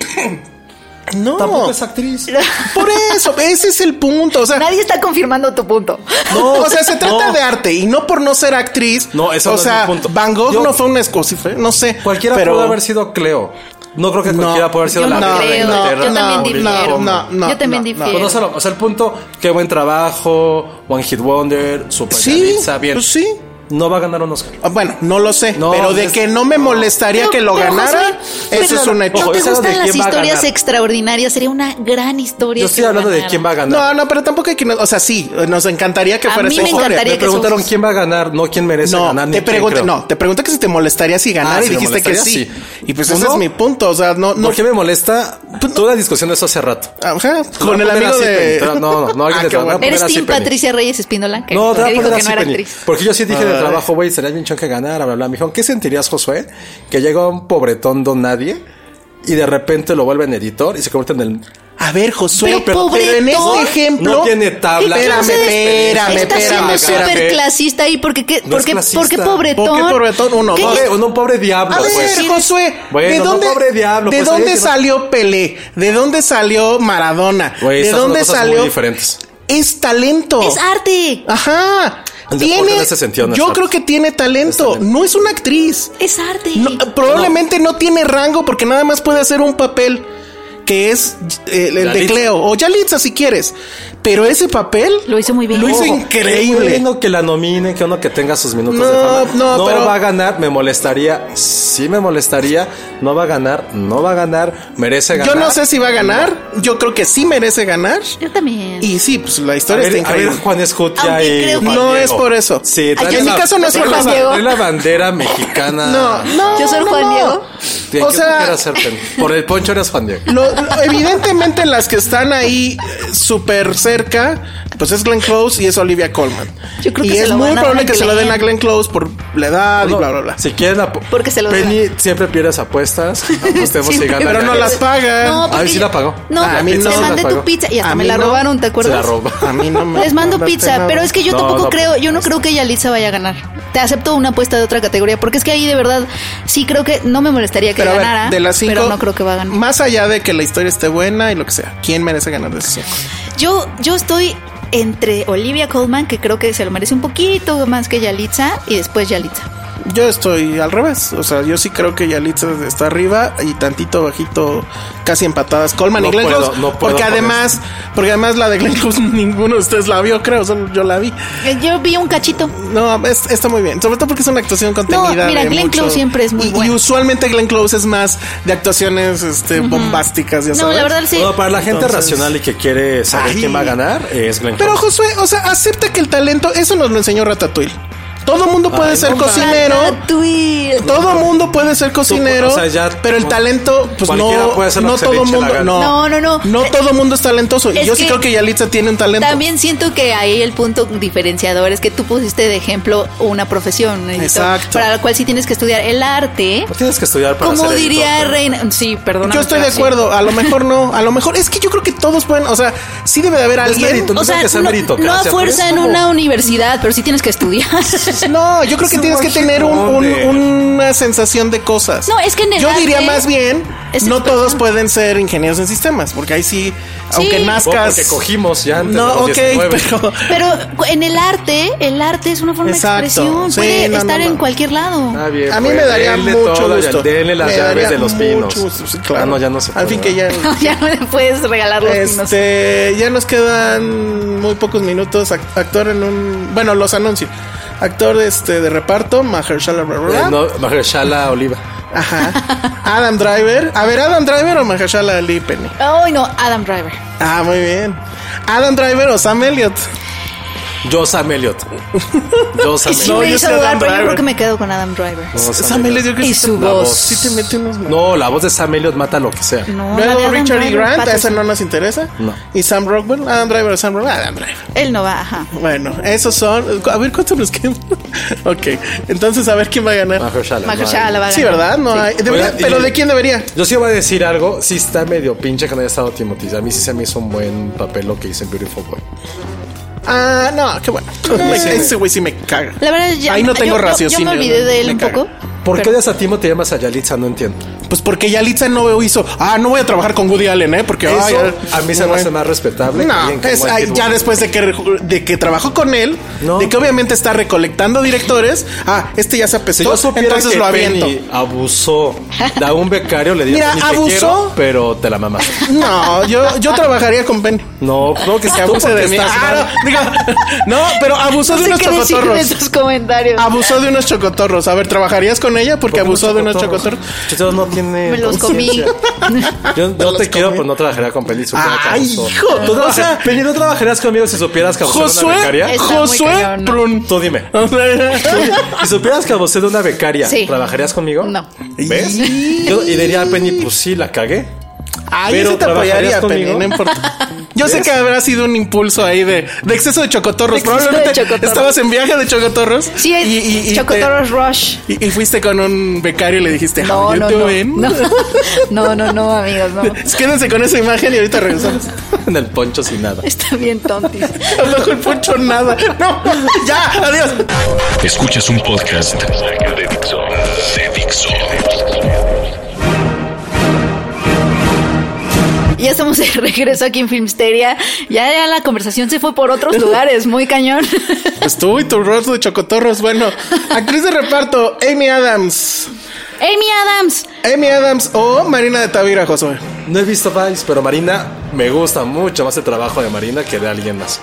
No.
Tampoco es actriz.
Por eso, ese es el punto. O sea,
Nadie está confirmando tu punto.
No, o sea, se trata
no.
de arte y no por no ser actriz.
No, eso
o
no es
sea,
mi punto.
Van Gogh
Yo-
no fue una escocia, no sé.
Cualquiera
pero-
pudo haber sido Cleo. No creo que
No,
cualquiera pudo haber sido
yo
la
no
reina de
creo,
Inglaterra,
yo también
la reina de
difiero.
no,
Roma.
no, no,
Yo también
no, no.
difiero.
Pues no se lo- o sea, el punto, qué buen trabajo, One Hit Wonder, Super
Sí,
Yalitza, bien.
pues sí.
No va a ganar un Oscar.
Ah, Bueno, no lo sé,
No,
pero de
es-
que no me molestaría
Pero-
que lo
pero,
ganara,
Josué,
eso es
pero-
un hecho.
¿No
Ojo,
te
esa de
gustan las
quién va a
historias
ganar.
extraordinarias? Sería una gran historia.
Yo
que
estoy hablando de
ganara.
quién va a ganar.
No, no, pero tampoco hay que, o sea, sí, nos encantaría que
A
fuera
mí
esa
me
historia.
encantaría
Me
que
preguntaron
somos-
quién va a ganar, no quién merece
No,
ganar. ni
te
quién
pregunté,
creo.
no, te pregunté que si te molestaría si ganara
Ah,
y
si me
dijiste que sí.
molestaría, sí.
Y pues ese
Uno-
es mi punto, o sea, no, no.
¿Por qué me molesta? pues, Tuve la discusión de eso hace rato.
Ajá,
voy
con
a
el
poner
amigo
así,
de
Penny. No, no, no, alguien
Ah,
de
qué
trabajo.
bueno.
poner
Eres
así,
Team
Penny.
Patricia Reyes Espíndola, que,
No, te
que
voy a
dijo
poner
que
así,
no era
Penny.
actriz.
Porque yo sí dije en el trabajo, güey, sería bien chon que ganara, bla, bla. Me dijeron, ¿qué sentirías, Josué? Que llega un pobretón don nadie y de repente lo vuelven editor y se convierte en el...
A ver, Josué,
Pero,
pero,
pobre
pero en
Thor.
este ejemplo.
No tiene tabla.
¿Qué clase de- Espérame,
Está
espérame,
siendo
espérame.
súper clasista ahí porque qué,
No es
porque,
clasista.
porque pobretón.
¿Por qué pobretón? Uno,
¿Qué?
dos.
Pobre, un pobre diablo,
A ver,
pues.
Josué, ¿de
Bueno, no,
dónde,
pobre diablo,
¿de
pues,
dónde
oye, que no-
salió Pelé? ¿De dónde salió Maradona?
Güey,
¿De
estas son
dónde
cosas muy
salió?
diferentes.
Es talento.
Es arte.
Ajá.
El deporte
Tiene,
en ese sentido no es
yo
arte.
creo que tiene talento. No es una actriz.
Es arte.
No, probablemente no. tiene rango porque nada más puede hacer un papel. que es eh, el
Yalitza.
de Cleo, o Yalitza si quieres, pero ese papel
Lo hizo muy bien.
Lo hizo
Ojo,
increíble.
Qué bueno que la nominen, que uno que tenga sus minutos de
No,
fama.
no, pero-
va a ganar, me molestaría. Sí me molestaría. No va a ganar, no va a ganar. Merece ganar.
Yo no sé si va a ganar, yo creo que sí merece ganar.
Yo también.
Y sí, pues la
A
historia
ver,
está
a ver,
increíble.
Juan Escutia
Aunque
y
creo que-
Juan
No
Diego.
es por eso.
Sí,
Ay,
traen
en mi
la-
caso no es
traen
Juan
la-
Diego.
traen la bandera mexicana.
No, no.
Yo soy
no,
Juan
no.
Diego.
Sí,
O
yo
sea-
quisiera ser Pen- Por el poncho eres Juan Diego.
Lo- lo- evidentemente las que están ahí eh, súper cerca, pues es Glenn Close y es Olivia Colman.
Yo creo
y
que se
es
lo
muy
van a dar
probable
a
que se lo den
Glenn.
a Glenn Close por la edad y
No,
bla, bla, bla.
Si quieren, apu-
Porque se los-
Penny siempre pierdes apuestas. Apostemos y
Siempre.
gana.
Pero no
Gael.
las pagan.
No, porque
A ver si
yo-
la pagó.
No,
Ah, a mí
te
no. Sí la
mandé tu
pagó.
pizza y
A
hasta me
mí
la
no.
robaron, ¿te
Se
acuerdas?
la roba.
A mí no me
Les mando
mandaste
pizza,
nada.
pero es que yo
No,
tampoco
no,
creo, yo no creo que Yalitza vaya a ganar. Te acepto una apuesta de otra categoría, porque es que ahí de verdad sí creo que no me molestaría que
Pero a ver,
ganara,
de las cinco,
¿ah? pero no creo que va a ganar.
Más allá de que la historia esté buena y lo que sea, ¿quién merece ganar de esos cinco?
Yo, yo estoy entre Olivia Colman, que creo que se lo merece un poquito más que Yalitza, y después Yalitza.
Yo estoy al revés. O sea, yo sí creo que Yalitza está arriba y tantito bajito, casi empatadas. Colman
No
y Glenn
puedo,
Close.
no puedo
porque
con
además, porque además la de Glenn Close ninguno de ustedes la vio, creo. Solo yo la vi.
Eh, Yo vi un cachito.
No, es- está muy bien. Sobre todo porque es una actuación contenida.
mira,
de
Glenn
mucho-
Close siempre es muy
y, y
buena.
usualmente Glenn Close es más de actuaciones este, bombásticas, ya
No,
sabes.
la verdad sí.
Bueno, para la gente
Entonces-
racional y que quiere saber
Ay.
quién va a ganar, es Glenn
Pero
Close.
Josué, o sea, acepta que el talento, eso nos lo enseñó Ratatouille. Todo mundo puede
Ay,
ser
no mames.
cocinero.
Ratatouille.
Todo mundo puede ser cocinero,
o sea, ya-
pero el talento, pues
Cualquiera
no,
puede ser lo
no
que se le
todo
hinche la
mundo,
gana.
no,
No, no, no. Eh,
todo mundo es talentoso. Y
es
yo sí
que-
creo que Yalitza tiene un talento.
También siento que ahí el punto diferenciador es que tú pusiste de ejemplo una profesión, editor,
Exacto.
para la cual sí tienes que estudiar el arte.
Pues tienes que estudiar para
Como
ser editor,
diría
pero-
Reina, sí, perdón.
Yo estoy de acuerdo, a lo mejor no, a lo mejor es que yo creo que todos pueden, o sea, sí debe de haber alguien.
mérito,
O sea,
que sea
no, no a
meritocracia,
fuerza
pero es
en
como-
una universidad, pero sí tienes que estudiar.
No, yo creo que
Es
tienes que
un
tener un- un-
hombre.
una sensación de cosas.
No, es que en el
yo diría
arte
más bien,
es
no
expresión.
todos pueden ser ingenieros en sistemas, porque ahí sí, aunque
Bueno,
nazcas,
Porque cogimos ya antes.
no,
de los
ok,
19.
pero
Pero en el arte, el arte es una forma
Exacto.
de expresión.
Sí,
Puede
no, no,
estar en
no. Ah,
cualquier lado.
Está bien,
A mí
pues,
me daría
denle
mucho
todo,
gusto.
ya, Denle las
Me
llaves
daría
de los
mucho
pinos.
gusto, sí, claro.
Ah, no, ya no se puede.
Al fin que ya.
ya no le puedes regalar los pinos.
este, ya nos quedan muy pocos minutos. Ac- Actor en un. Bueno, los anuncios. Actor este, de reparto, Mahershala
Eh,
Rarura.
no, Mahershala Oliva.
Ajá. Adam Driver. A ver, Adam Driver o Mahershala Ali Penny.
Ay, no, Adam Driver.
Ah, muy bien. Adam Driver o Sam Elliott.
Yo Sam Elliot. Yo Sam
Y sí
no,
Elliott.
me
yo
hizo
soy Adam
dudar, pero yo
Driver.
creo que me quedo con Adam Driver.
No, Sam
Sam Elliott, yo creo
Y
que
su
la
voz.
Sí, te mete unos.
No, la voz de Sam Elliot mata lo que sea.
No, la de
Luego
Adam
Richard E.
Driver,
Grant, esa
Pattinson.
no nos interesa.
No.
Y Sam Rockwell, Adam Driver o Sam Rockwell. Adam Driver.
Él no va, ajá.
Bueno, esos son. A ver, ¿cuántos nos quedan? ok, entonces a ver quién va a ganar.
Mahershala.
Mahershala va a
Sí,
ganar.
¿verdad? No hay. debería-
Oiga, y-
pero ¿de quién debería?
Yo sí voy a decir algo, sí está medio pinche que no haya estado Timothy. A mí sí se me hizo un buen papel lo que hizo en Beautiful Boy.
Ah, no, qué bueno. Me- ese güey sí me caga.
La verdad, ya-
Ahí no
yo-
tengo
yo-
raciocinio.
Yo me olvidé de él
me
un
caga.
poco.
¿Por qué de a Timothy llamas a Yalitza? No entiendo.
Pues porque Yalitza no hizo. Ah, no voy a trabajar con Woody Allen, ¿eh? Porque.
Eso
ay,
a mí se me hace más respetable. que
No,
alguien que
es-
White
ay,
Kid
ya
Woman.
después de que, re- de que trabajó con él,
No.
de que obviamente está recolectando directores. Ah, este ya se
Si
apestó,
yo supiera
entonces
que
lo aviento.
Penny abusó de un becario, le diría
Mira,
Penny, te
abusó.
quiero, pero te la mamas.
No, yo, yo trabajaría con Penny.
No, creo que
que
se
se abuse de mí. Ah, no, diga, no, pero abusó de
No
unos
sé qué decir de
chocotorros.
esos comentarios.
Abusó de unos chocotorros. A ver, ¿trabajarías con ella? Porque abusó de unos chocotorros.
Chocotorros no tiene.
Me los comí.
Yo, yo te quiero, pero no trabajaría con Penny. supiera que
Ay,
abusó.
hijo,
Tú trabajas- Penny, no trabajarías conmigo si supieras que abusé de una
Josué,
becaria.
Está muy
Josué
cañón, ¿no?
Prun.
Tú dime. Si supieras que abusé de una becaria,
Sí.
¿trabajarías conmigo?
No.
¿Ves? Yo, y diría a Penny, pues sí, la cagué.
Ay,
Pero
yo sí te apoyaría,
¿trabajarías
Penny,
conmigo?
no importa. Yo sé que habrá sido un impulso ahí de, de exceso de chocotorros.
De exceso de
Probablemente
chocotorros.
estabas en viaje de chocotorros.
Sí,
y- y- y te-
Chocotorros Rush.
Y, y fuiste con un becario y le dijiste,
No,
"How you
no,
doing?"
no. No, no, no, no, amigos, no.
Quédense con esa imagen y ahorita regresamos.
En el poncho sin nada.
Está bien tontis.
Abajo el poncho nada. No, ya, adiós.
Escuchas un podcast de Dixo. De Dixo.
Y estamos de regreso aquí en Filmsteria. Ya, ya la conversación se fue por otros lugares, muy cañón.
Pues tú y tu rostro de chocotorros. Bueno, actriz de reparto, Amy Adams.
Amy Adams.
Amy Adams o Marina de Tavira, Josué.
No he visto Vice, pero Marina me gusta mucho más el trabajo de Marina que de alguien más.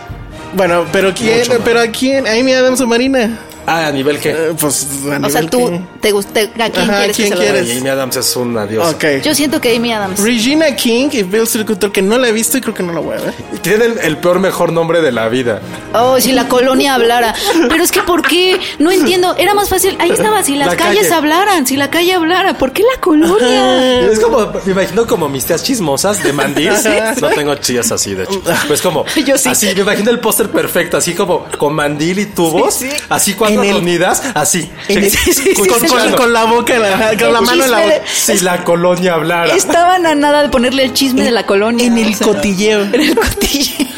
Bueno, pero quién,
Mucho más.
pero a quién, Amy Adams o Marina.
Ah, a nivel que.
Eh, pues a
O sea,
nivel
tú
que-
te gusta. ¿A quién
Ajá,
quieres
¿quién
que se lo
quieres?
dé?
Y Amy Adams es una diosa.
Ok.
Yo siento que Amy Adams.
Regina King y Bill Circuitor, que no la he visto y creo que no la voy a ver.
Tiene el, el peor mejor nombre de la vida.
Oh, si la colonia hablara. Pero es que, ¿por qué? No entiendo. Era más fácil. Ahí estaba, si las
La calle.
calles hablaran, si la calle hablara. ¿Por qué la colonia?
Mm.
Es como, me imagino como mis tías chismosas de Mandis. No tengo tías así, de hecho.
Mm.
Pues como,
Yo sí.
así, me imagino el póster perfecto, así como con mandil y tubos,
Sí, sí.
así cuatro
En el-
unidas, así.
En el-
Sí, sí, sí,
con,
sí, Pues
con-
sí.
con la boca, en la- con la
El
mano en la
chisme
boca.
de-
Si la colonia hablara.
Estaban a nada de ponerle el chisme de la colonia.
En el
o sea,
cotilleo.
En el cotilleo.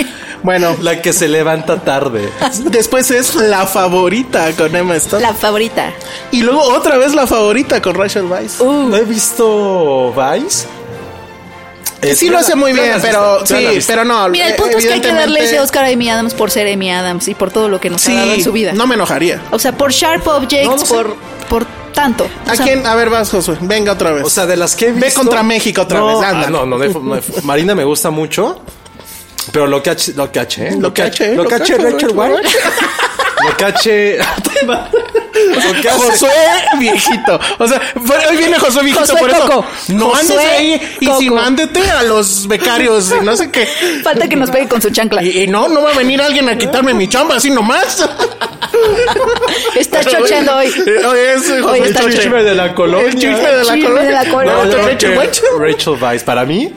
Bueno,
La que se levanta tarde.
después es la favorita con Emma Stone.
La favorita.
Y luego otra vez la favorita con Rachel Weisz.
No he visto Vice. Eh,
sí
tú
lo
la-
hace muy
tú la
bien,
has
pero
visto, tú la
sí,
has visto.
pero no.
Mira, el punto es que hay que darle
evidentemente-
ese Oscar a Amy Adams por ser Amy Adams y por todo lo que nos ha dado en
Sí,
su vida.
no me enojaría.
O sea, por Sharp
No, no
Objects,
sé.
por, por tanto. O
¿A
sea,
quién? A ver, vas, Josué. Venga otra vez.
O sea, de las que he
Ve
visto-
contra México otra
No,
vez,
ah,
ándale.
no, no, no, no, no, Marina me gusta mucho. Pero lo que hache, lo que hache, ¿eh?
Lo que hache,
lo que hache Rachel White.
White.
Lo que hache. Lo que hace.
Josué viejito. O sea, fue- hoy viene Josué viejito
Josué
por eso.
Coco.
No
Josué
andes ahí y
Coco.
si mándete a los becarios y no sé qué.
Falta que nos pegue con su chancla.
Y, y no, no va a venir alguien a quitarme mi chamba así nomás.
Está chocheando hoy.
Eh, Hoy es eh, Josué
Hoy está
Choche.
chisme de la colonia.
El chisme de la
Chisme
colonia.
de la colonia.
No,
No,
otro
yo
Rachel
creo
White.
que Rachel Vice, para mí,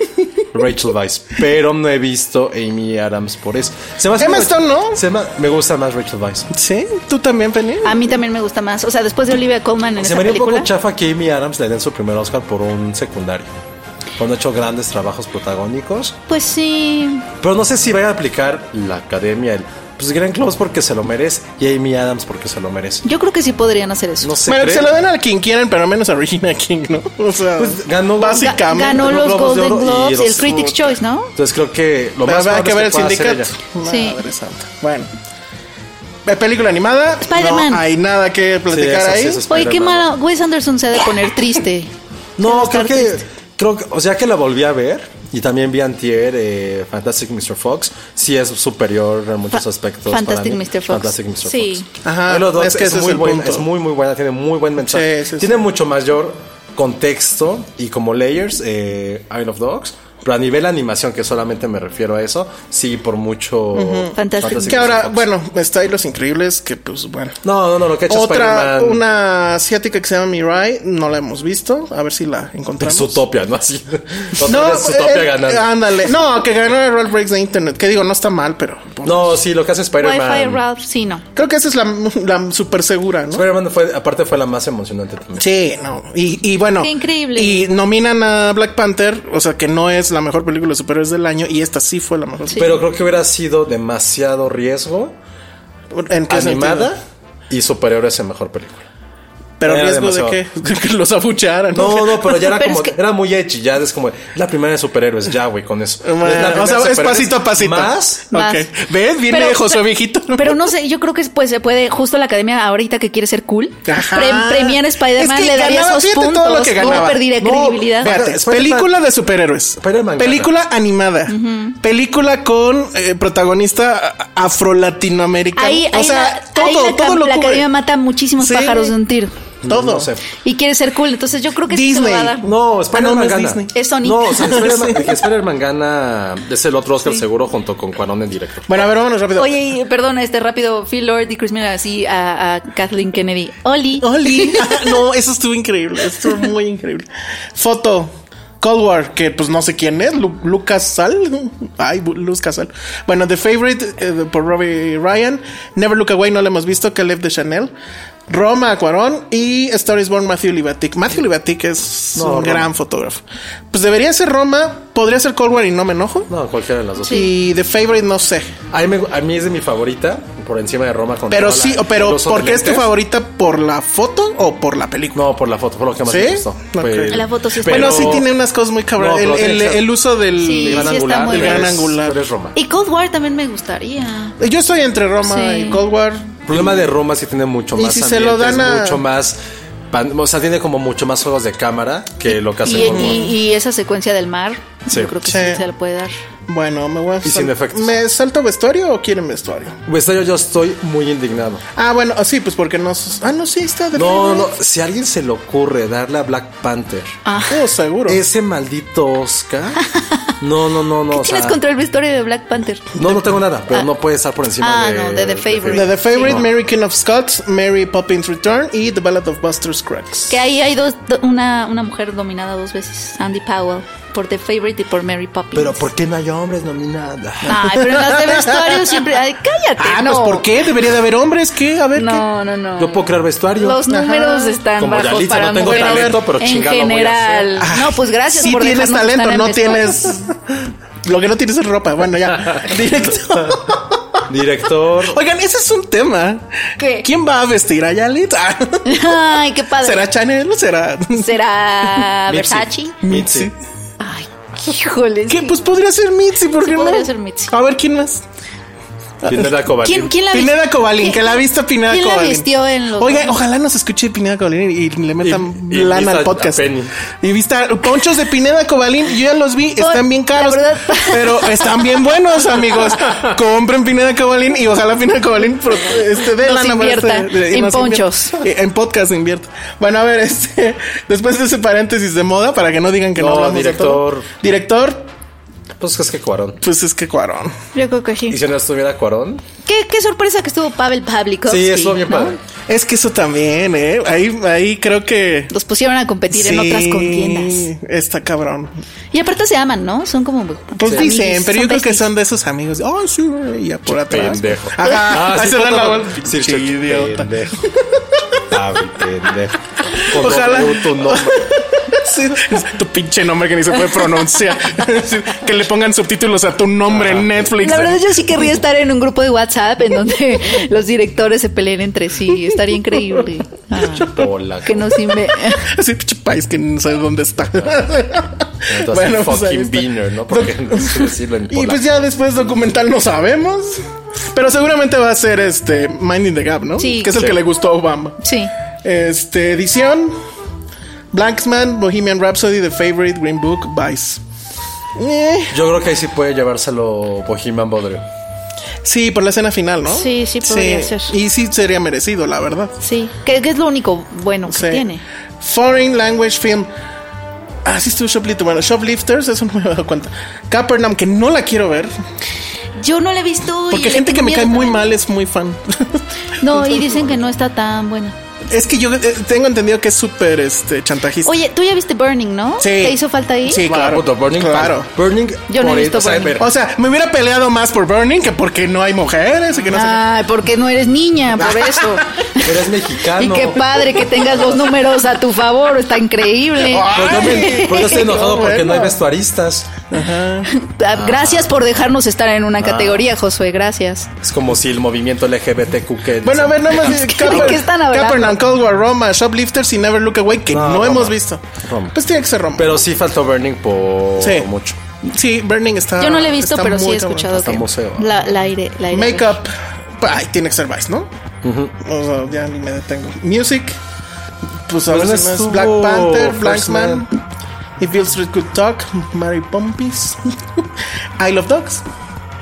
Rachel Vice. Pero no he visto Amy Adams por eso. Se me hace
Emma
una-
Stone, ¿no?
se me, me gusta más Rachel Vice.
Sí, tú también, Penny.
Ah,
A mí también me gusta más. O sea, después de Olivia Colman en
Se
esa
me haría un poco
película.
chafa que Amy Adams le den su primer Oscar por un secundario. Cuando ha hecho grandes trabajos protagónicos.
Pues sí.
Pero no sé si vaya a aplicar la academia el pues Glenn Close porque se lo merece y Amy Adams porque se lo merece.
Yo creo que sí podrían hacer eso.
No sé.
Bueno, que
creo.
se lo den a quien quieran, pero menos a Regina King, ¿no? O sea,
Pues ganó-
Ga-
básicamente.
ganó
los
los
Globos de
Golden
Oro y
Globes y el
los-
Critics Choice, ¿no?
Entonces creo que lo más
Habrá
probable
que
es
ver el
pueda hacer
sindicato.
ella.
Sí.
Madre santa. Bueno. Eh, Película animada.
Spider-Man.
No hay nada que platicar
eso sí,
ahí.
eso sí.
Oye, qué
Spider-Man.
mala. Wes Anderson se ha de poner triste.
No, creo
estar
que,
triste.
creo que, o sea que la volví a ver y también vi antier eh, Fantastic Mr. Fox. Sí es superior en muchos
Fa-
aspectos.
Fantastic
para mí.
Mr. Fox.
Fantastic Mr.
Sí.
Fox.
Ajá,
Pero los dos
es que ese es
muy
el
buena,
punto.
es muy muy buena, tiene muy buen mensaje.
Sí, sí, sí.
tiene mucho mayor contexto y como layers eh, Isle of Dogs. Pero a nivel animación, que solamente me refiero a eso, sí, por mucho...
Fantastic.
Que
Mr.
ahora,
Fox.
bueno, está ahí Los Increíbles, que pues bueno.
No, no, no, lo que ha hecho
Otra,
Spider-Man
una asiática que se llama Mirai, no la hemos visto, a ver si la encontramos.
Zootopia, ¿no? Así.
No,
No, Zootopia
eh,
ganando.
ándale. No, que ganó el Roll Breaks de Internet, que digo, no está mal, pero pues,
No, sí, lo que hace
Wi-Fi
Spider-Man.
Ralph, sí, no.
creo que esa es la, la super segura, ¿no?
Spider-Man fue, aparte fue la más emocionante también.
Sí, no. Y, y bueno.
Qué increíble.
Y nominan a Black Panther, o sea que no es la mejor película de superhéroes del año, y esta sí fue la mejor.
Pero creo que hubiera sido demasiado riesgo,
¿En qué
animada
sentido?
y superior a esa mejor película.
Pero
Era
riesgo
demasiado.
de que, que los abuchearan.
No, no, pero ya era
Pero
como,
es que-
era muy edgy, ya es como la primera de superhéroes, ya güey, con eso.
Bueno,
Es la primera
o sea,
de
es
superhéroes
pasito a pasito.
Más,
Ok.
Más.
¿Ves? Viene
Pero-
Josué
pero-
Viejito.
Pero no sé, yo creo que pues se puede, justo la academia ahorita que quiere ser cool,
Ajá.
pre premiar Spider-Man,
Es que
le daría
ganaba,
esos
fíjate
puntos,
todo lo que ganaba.
no perdería
No,
credibilidad.
vea,
Fíjate,
Spider-Man-
película de superhéroes.
Spider-Man
Película animada. Película con eh, protagonista a- afro-latinoamericano.
ahí,
o
ahí
sea,
la, ahí
todo,
la
todo
cam-
lo
la
cubre.
academia mata muchísimos
Sí.
pájaros de un tiro.
Todo.
No sé.
Y quiere ser cool, entonces yo creo que sí se
Disney.
lo va a dar.
No, Spider-Man
Ah, no, no es
gana.
Disney.
Es Sony.
No, o sea, Spider-Man el que Spider-Man gana es el otro Oscar seguro junto con Cuarón en directo.
Bueno, a ver, vámonos rápido.
Oye, y perdón, este rápido, Phil Lord y Chris Miller así a, a Kathleen Kennedy. Oli.
Oli. no, eso estuvo increíble. Estuvo muy increíble. Foto. Cold War, que pues no sé quién es, Lu- Lucas Sal. Ay, Bu- Lucas Sal. Bueno, The Favorite eh, de- por Robbie Ryan. Never Look Away, no lo hemos visto, Caleb de Chanel. Roma Cuarón y Stories Born Matthew Libatic. Matthew Libatic es un gran fotógrafo. Pues debería ser Roma, podría ser Cold War y no me enojo.
No, cualquiera de las dos.
Y The Favorite, no sé.
A mí, me- a mí es de mi favorita. por encima de Roma con
Pero
toda
sí,
la-
pero
los
¿por qué es tu
lentes.
favorita? ¿Por la foto o por la película?
No, por la foto, fue lo que más
¿Sí?
me gustó.
No
Fue-
creo.
La foto sí está-
Bueno,
pero-
sí tiene unas cosas muy cabronas.
No, pero
el, el-
tiene que ser-
el uso del...
Sí,
El gran
sí está
angular.
muy
tú
bien.
eres-
Gran angular.
tú eres Roma.
Y Cold War también me gustaría.
Yo estoy entre Roma
Sí.
y Cold War.
El problema de Roma sí tiene mucho
Y
más.
si se lo
ambientes,
dan a-
Mucho más. pan- O sea, tiene como mucho más juegos de cámara que lo
Y,
que hace Cold War.
y- y esa secuencia del mar,
Sí.
yo creo que
Sí.
sí. se la puede dar.
Bueno, me voy a...
Y sin efectos.
¿Me salto vestuario o quieren vestuario?
Pues, yo, yo estoy muy indignado.
Ah, bueno, ah, sí, pues porque no... sos- Ah, no, sí, está de
No, no, si a alguien se le ocurre darle a Black Panther
Ah.
Oh, seguro.
ese maldito Oscar, no, no, no, no. o
¿Tienes
sea,
contra el vestuario de Black Panther?
No, no tengo nada, pero no puede estar por encima
Ah,
de.
no, de The Favourite.
The, The Favorite,
Sí.
Mary King of Scots, Mary Poppins Return y The Ballad of Buster Scruggs.
Que ahí hay dos, do- una, una mujer dominada dos veces, Andy Powell, por The Favorite y por Mary Poppins.
Pero ¿por qué no hay hombres nominadas?
Ay, pero en las de vestuario siempre. Ay, cállate.
Ah,
no.
pues ¿por qué? Debería de haber hombres, ¿qué? A ver, ¿qué?
No, no, no.
Yo puedo crear vestuario.
Los
Ajá.
números están
Como
bajos
Yalitza,
para
no tengo
mujeres
talento, pero
en
chingado voy a
general. No, pues gracias
Sí
por
tienes
dejarnos
talento,
estar en
no
vestuario.
tienes... Lo que no tienes es ropa. Bueno, ya. Directo.
Director.
Oigan, ese es un tema.
¿Qué?
¿Quién va a vestir a Yalit? Ah,
Ay, qué padre.
¿Será Chanel o será
¿Será
Mitzi.
Versace?
Mitzi?
Ay, híjole.
¿Qué?
sí.
Pues podría ser Mitzi, ¿por
Sí,
qué no?
podría ser Mitzi.
A ver, ¿quién más?
Pinela Cobalín.
¿Quién, quién la vist-
Pineda Cobalín,
¿Quién-
que la vista Pineda
quién la
Cobalín.
vistió en los-
Oiga, oh. ojalá nos escuche Pineda Cobalín y, y le metan
Y- y
lana
vista
al
a
podcast.
Penny.
Y vista ponchos de Pineda Cobalín, yo ya los vi, están bien caros.
la verdad.
Pero están bien buenos, amigos. Compren Pineda Cobalín y ojalá Pineda Cobalín pro- este, dé
Nos
lana para
invierta
este- y
en
nos invierta.
ponchos.
Y En podcast invierta. Bueno, a ver, este, después de ese paréntesis de moda, para que no digan que no,
No,
hablamos de
director.
todo. Director,
Pues es que Cuarón.
pues es que Cuarón.
Yo creo que sí.
¿Y si no estuviera Cuarón?
¿Qué, qué sorpresa que estuvo Pavel Pavlikovsky.
Sí, eso bien
¿no?
padre.
Es que eso también, ¿eh? Ahí, ahí creo que...
Los pusieron a competir en otras contiendas.
Está cabrón.
Y aparte se aman, ¿no? Son como.
Pues
amigos,
dicen, pero yo creo que
besties.
son de esos amigos. de, Ay, sí, y ya por atrás.
Pendejo.
Ajá.
Ah,
ahí
sí,
se dan la
puto-
vuelta.
sí,
Pinche idiota.
pendejo. Ah, pendejo. Con
Ojalá.
W tu nombre.
Sí, es tu pinche nombre que ni se puede pronunciar. Sí, que le pongan subtítulos a tu nombre en Netflix.
La verdad, yo sí querría estar en un grupo de WhatsApp en donde los directores se peleen entre sí. Estaría increíble. Ah,
Hola.
que nos inve-
Así, pinche país que no sabe dónde está.
Entonces,
pues, ahí
fucking
está.
beaner, ¿no? Porque no sé decirlo en
Y
polaco.
pues ya después documental no sabemos. Pero seguramente va a ser este Minding the Gap, ¿no?
Sí.
Que es el
Sí.
que le gustó a Obama.
Sí.
Este, edición. Blanksman, Bohemian Rhapsody, The Favorite, Green Book, Vice. Eh,
Yo creo que ahí sí puede llevárselo Bohemian Bodrio.
sí, por la escena final, ¿no?
Sí, sí, podría ser.
Y sí sería merecido, la verdad.
Sí. Que, que es lo único bueno que
Sí.
tiene.
Foreign Language Film. Ah, sí estuvo Shoplifter. Bueno, Shoplifters, eso no me he dado cuenta. Capernaum, que no la quiero ver.
Yo no la he visto. y
Porque
le
gente que
tengo
me cae
miedo
muy
también.
mal es muy fan.
No, y dicen que no está tan buena.
es que yo eh, tengo entendido que es súper este, chantajista.
Oye, tú ya viste Burning, ¿no?
Sí.
¿Te hizo falta ahí?
Sí,
Ah,
claro.
puto, Burning.
claro.
Burning.
Yo no he
por-
visto
o sea,
Burning.
ver,
O sea, me hubiera peleado más por Burning que porque no hay mujeres y que no sé qué.
Ay, porque no eres niña, por eso.
Eres mexicano.
Y qué padre que tengas los números a tu favor, está increíble.
Ah.
Pero yo, me- pero yo estoy enojado
Ay,
porque no hay
bueno.
vestuaristas.
Ah, Gracias por dejarnos estar en
Ah.
una categoría, Josué, gracias.
Es como si el movimiento LGBTQ que.
Bueno, a ver, nada más. eh, Caper-
¿De qué están hablando?
Capernaum, Cold War, Roma, Shoplifters y Never Look Away, que no,
No, Roma.
hemos visto.
Roma.
Pues tiene que ser Roma.
Pero sí faltó Burning por
Sí.
mucho.
sí, Burning está.
Yo no la he visto,
está
pero sí
muy
he
cabrón.
escuchado
Está
que
museo.
la, la iré, la iré a ver.
Makeup. Ay, tiene que ser Vice, ¿no? O sea, ya ni me detengo. Music. Pues a
Pero
ver
no
si no es
estuvo
Black Panther,
First
Blackman. If Bill Street Could Talk, Mary Pompis, I Love Dogs,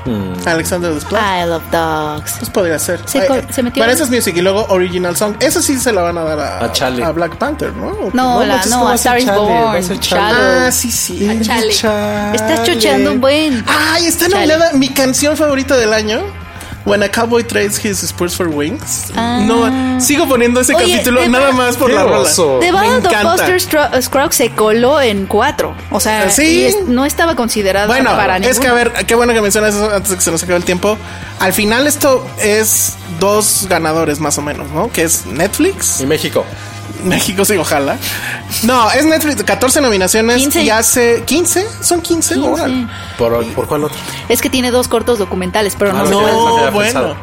Hmm.
Alexander Desplat.
I love dogs.
Pues podría ser.
Se
Ay,
co-
eh,
se metió
Para
en-
eso es music y luego original song. Eso sí se la van a dar a,
A Chale.
Black Panther, ¿no? pues ¿O qué?
No, la,
manches, ¿cómo
no,
va
a
a
Star
ser
is
Chale? Va a
Born.
ser
Chalo.
Ah, sí, sí.
Ah, chale.
Chale. Ah,
Estás chocheando un buen.
Ay, está
Chale.
nominada mi canción favorita del año. When a cowboy trades his spurs for wings. No, sigo poniendo ese
Ah. Oye,
capítulo
de
nada
verdad-
más por
Qué
la rola.
oso.
The Ballad of
encanta. ¿Ah,
Buster Stro- Scruggs se coló en cuatro. O sea,
Sí.
y es- no estaba considerada
Bueno,
para
es que
ninguna.
a ver, qué bueno que mencionas eso antes de que se nos acabe el tiempo. Al final esto es dos ganadores más o menos, ¿no? Que es Netflix.
Y México.
México sí, ojalá. No, es Netflix, 14 nominaciones
15.
y hace 15, son 15, órale.
¿Por, ¿por cuál otro?
Es que tiene dos cortos documentales, pero no,
Ah,
se
no,
puede-
no,
bueno.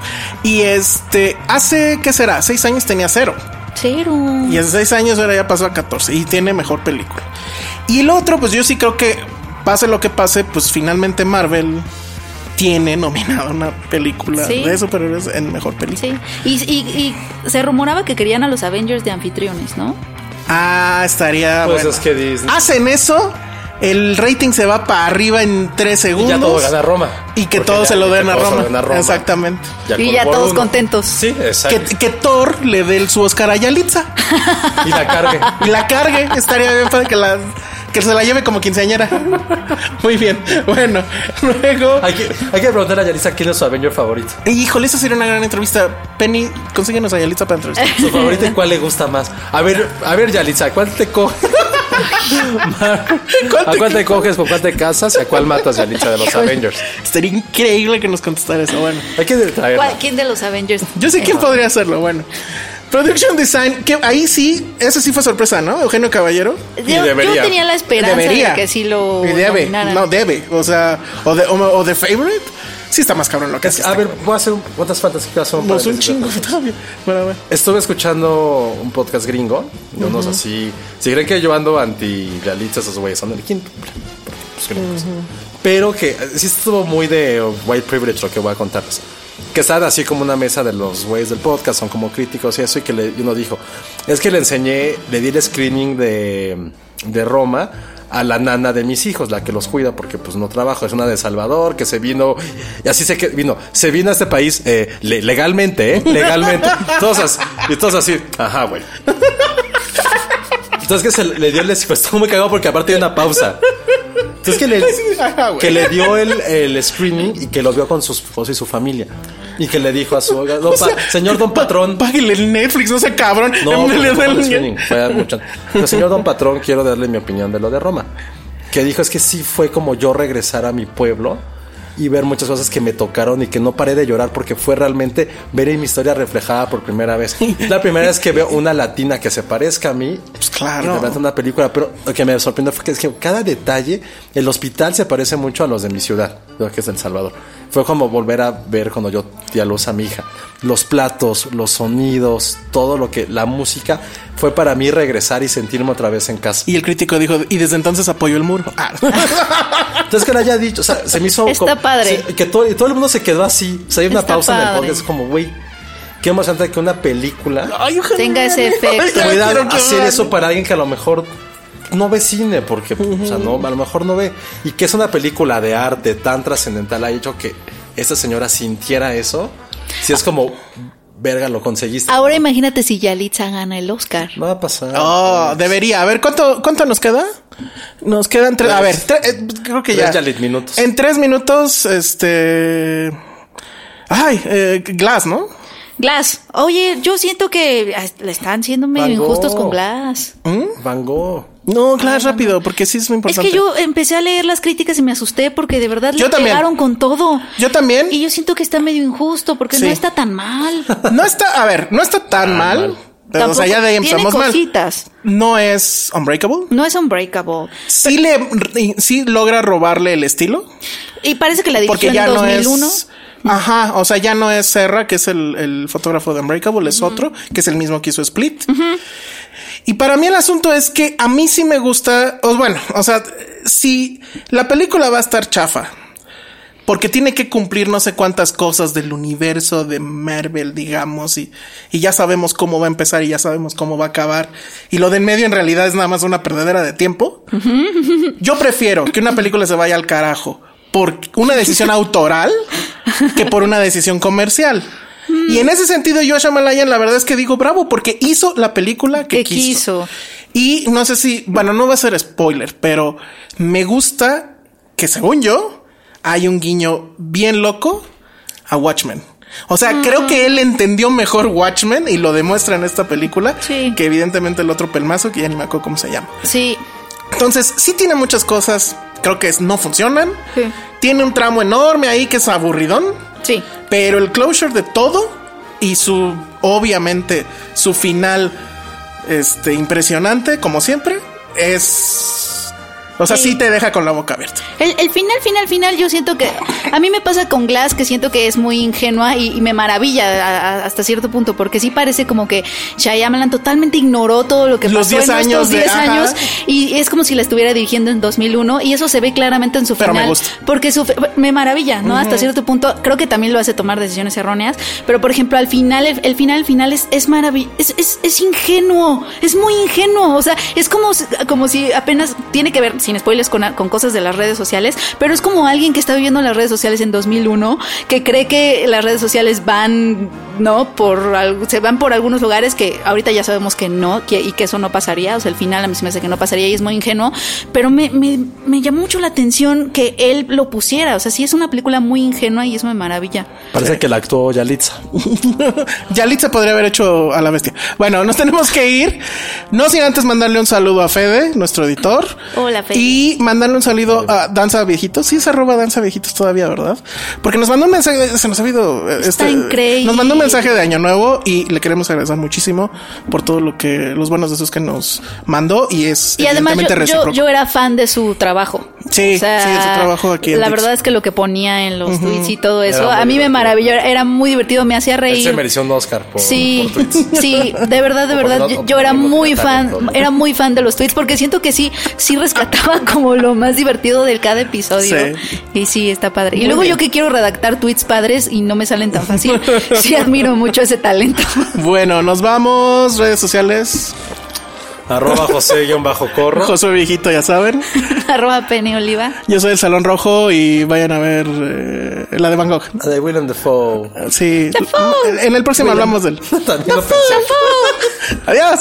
Y este, hace, ¿qué será? Seis años tenía cero.
Cero.
Y hace seis años ahora ya pasó a 14 y tiene mejor película. Y el otro, pues yo sí creo que pase lo que pase, pues finalmente Marvel tiene nominada una película
Sí.
de superhéroes en mejor película.
Sí. Y, y- y se rumoraba que querían a los Avengers de anfitriones, ¿no?
Ah, estaría
Pues
bueno. Ah,
es que Disney.
Hacen eso, el rating se va para arriba en tres
Y
segundos.
ya todo gana Roma.
Y que
Porque
todos
ya-
se lo
que
den a
todos se lo
Roma.
den a Roma.
Exactamente.
Y
con
ya
por
todos
uno.
contentos.
Sí,
Que,
exacto.
que Thor le dé el- su Oscar a Yalitza
Y la carga.
y la cargue. Estaría bien para que la que se la lleve como quinceañera. Muy bien. Bueno, luego.
Hay que, hay que preguntarle a Yalisa quién es su Avenger favorito.
Híjole, esa sería una gran entrevista. Penny, consíguenos a Yalitza para entrevistar.
Su favorito y cuál le gusta más. A ver, a ver, Yalitza, ¿cuál te coges? ¿A cuál te coges? ¿Con cuál te casas? ¿Y a cuál matas, Yalitza, de los Avengers?
Estaría increíble que nos contestara eso. Bueno,
Hay que traerla.
¿Cuál- ¿Quién de los Avengers?
yo sé quién podría hacerlo. Bueno, Production Design, que ahí sí, eso sí fue sorpresa, ¿no? Eugenio Caballero.
Yo,
Y debería.
yo tenía la esperanza
Debería.
de que sí lo
Y debe,
nominaran.
no debe. O sea, o de, o, o de favorite. Sí está más cabrón lo que
Es-
hace.
a ver, voy a hacer un- otras fantásticas. son
Nos
para
Pues un chingo, Octavio. Bueno, a ver.
Estuve escuchando un podcast gringo, de unos así. Si creen que yo ando anti Yalitza, esos güeyes son el quinto. pues, Pero que eh, sí estuvo muy de white privilege lo que voy a contarles. Que estaban así como una mesa de los güeyes del podcast, son como críticos y eso, y que le- y uno dijo, es que le enseñé, le di el screening de, de Roma a la nana de mis hijos, la que los cuida porque pues no trabajo, es una de Salvador, que se vino, y así se que vino, se vino a este país eh, le- legalmente, ¿eh? Legalmente. Todos así, y todos así, ajá, güey. Entonces que se le le dio el... Estuvo muy cagado porque aparte hay una pausa. Entonces que le,
Ajá, güey.
que le dio el, el screening y que los vio con su esposo y su familia. Y que le dijo a su oiga, don pa- señor don patrón.
Páguenle el Netflix, no sea cabrón.
No,
En vez de
pero no fue el
darle-
screening, fue mucho- Pero, señor don patrón, quiero darle mi opinión de lo de Roma. Que dijo es que sí fue como yo regresar a mi pueblo y ver muchas cosas que me tocaron y que no paré de llorar porque fue realmente ver mi historia reflejada por primera vez. La primera vez que veo una latina que se parezca a mí,
Pues
y de verdad
claro.
una película, pero lo que me sorprendió fue que, es que cada detalle, el hospital se parece mucho a los de mi ciudad, lo que es El Salvador. Fue como volver a ver cuando yo di a luz a mi hija. Los platos, los sonidos, todo lo que, la música, fue para mí regresar y sentirme otra vez en casa.
Y el crítico dijo, y desde entonces apoyó el muro. Ah.
Entonces que lo haya dicho, o sea, se me hizo...
Está
como-
padre.
se- que todo, y todo el mundo se quedó así. O sea, hay una
Está
pausa en el
padre.
podcast, es como, güey, qué emocionante que una película...
Ay, ojalá.
Tenga ese efecto.
Ay,
Cuidado,
quiero que
hacer
vean.
eso para alguien que a lo mejor no ve cine, porque o sea, no, a lo mejor no ve. Y que es una película de arte tan trascendental, ha hecho que esta señora sintiera eso. Si es como, verga, lo
Ah.
conseguiste.
Ahora imagínate si Yalitza gana el Oscar.
No va a pasar.
Oh, debería. A ver, ¿cuánto, cuánto nos queda? Nos quedan tres. A ver,
Tres.
tre- eh, creo que
Tres
ya.
Yalit minutos.
En tres minutos, este. Ay, eh, Glass, ¿no?
Glass. Oye, yo siento que ah, le están siendo medio
Van Gogh.
injustos con Glass.
Van Gogh.
No, Glass rápido, porque sí es muy
Ah, Es
importante.
que yo empecé a leer las críticas y me asusté porque de verdad
Yo
le
también.
pegaron con todo.
Yo también.
Y yo siento que está medio injusto porque
Sí.
no está tan mal.
No está, a ver, no está tan mal. Pero, o sea,
Tampoco-
ya de ahí empezamos
tiene
mal.
cositas.
No es Unbreakable.
No es Unbreakable.
Sí le, sí logra robarle el estilo.
Y parece que la dirigió
Porque ya
en
no
2001.
es. Ajá, o sea, ya no es Serra, que es el, el fotógrafo de Unbreakable, es otro, que es el mismo que hizo Split. Y para mí el asunto es que a mí sí me gusta, o bueno, o sea, si la película va a estar chafa, porque tiene que cumplir no sé cuántas cosas del universo de Marvel, digamos, y, y ya sabemos cómo va a empezar y ya sabemos cómo va a acabar. Y lo de en medio en realidad es nada más una perdedera de tiempo. Yo prefiero que una película se vaya al carajo por una decisión autoral que por una decisión comercial. Y en ese sentido, yo a Shyamalan, la verdad es que digo bravo porque hizo la película que,
Que quiso.
quiso. Y no sé si, bueno, no va a ser spoiler, pero me gusta que según yo hay un guiño bien loco a Watchmen. O sea, creo
Mm.
que él entendió mejor Watchmen y lo demuestra en esta película
Sí.
que evidentemente el otro pelmazo que ya ni me acuerdo cómo se llama.
Sí.
Entonces, sí tiene muchas cosas, creo que es- no funcionan.
Sí.
Tiene un tramo enorme ahí que es aburridón,
Sí.
pero el closure de todo y su, obviamente, su final este, impresionante, como siempre, es O sea, sí te deja con la boca abierta.
El, el final, final, final, yo siento que. A mí me pasa con Glass que siento que es muy ingenua y, y me maravilla a- a- hasta cierto punto, porque sí parece como que Shyamalan totalmente ignoró todo lo que
Los
pasó
10
en
años
estos
de-
10
ajá.
años y es como si la estuviera dirigiendo en 2001 y eso se ve claramente en su
Pero me
final.
gusta.
Porque su, me maravilla, ¿no? Hasta cierto punto, creo que también lo hace tomar decisiones erróneas, pero por ejemplo, al final, el, el final, el final es, es maravilloso, es, es, es ingenuo, es muy ingenuo, o sea, es como, si- como si apenas tiene que ver, sin spoilers, con, con cosas de las redes sociales, pero es como alguien que está viviendo las redes sociales en 2001, que cree que las redes sociales van, ¿no? Por, al- se van por algunos lugares que ahorita ya sabemos que no, que- y que eso no pasaría, o sea, el final a mí se me hace que no pasaría y es muy ingenuo, pero me, me, me llamó mucho la atención que él lo pusiera, o sea, sí es una película muy ingenua y eso me maravilla.
Parece que la actuó Yalitza.
Yalitza podría haber hecho a la bestia. Bueno, nos tenemos que ir. No sin antes mandarle un saludo a Fede, nuestro editor.
Hola, Fede.
Y mandarle un saludo a Danza Viejitos. Sí, es arroba Danza Viejitos todavía, ¿verdad? Porque nos mandó un mensaje, se nos ha habido. eh,
Está increíble.
Nos mandó un mensaje de Año Nuevo y le queremos agradecer muchísimo por todo lo que, los buenos deseos que nos mandó y es
Y además yo,
evidentemente
yo,
recíproco.
yo era fan de su trabajo.
Sí, sí, de su trabajo aquí en
La
Dix.
verdad es que lo que ponía en los tweets y todo eso,
Era muy
a mí me
divertido.
maravilló, era muy divertido, me hacía
Él
reír.
se mereció un Oscar por,
Sí,
por tweets.
sí, de verdad, de
O por
verdad,
no-
yo,
o
yo
por
era
no tener
muy fan,
talento, ¿no?
era muy fan de los tweets porque siento que sí, sí rescataba como lo más divertido de cada episodio
Sí.
y sí está padre. Y luego yo que quiero redactar tweets padres y no me salen tan fácil, sí admiro mucho ese talento.
Bueno, nos vamos. Redes sociales.
Arroba José-Corro.
Josué Viejito, ya saben.
Arroba Penny Oliva.
Yo soy el Salón Rojo y vayan a ver eh, la de Van Gogh.
De Willem Dafoe.
Sí. En el próximo hablamos de él.
También lo pensé.
Adiós.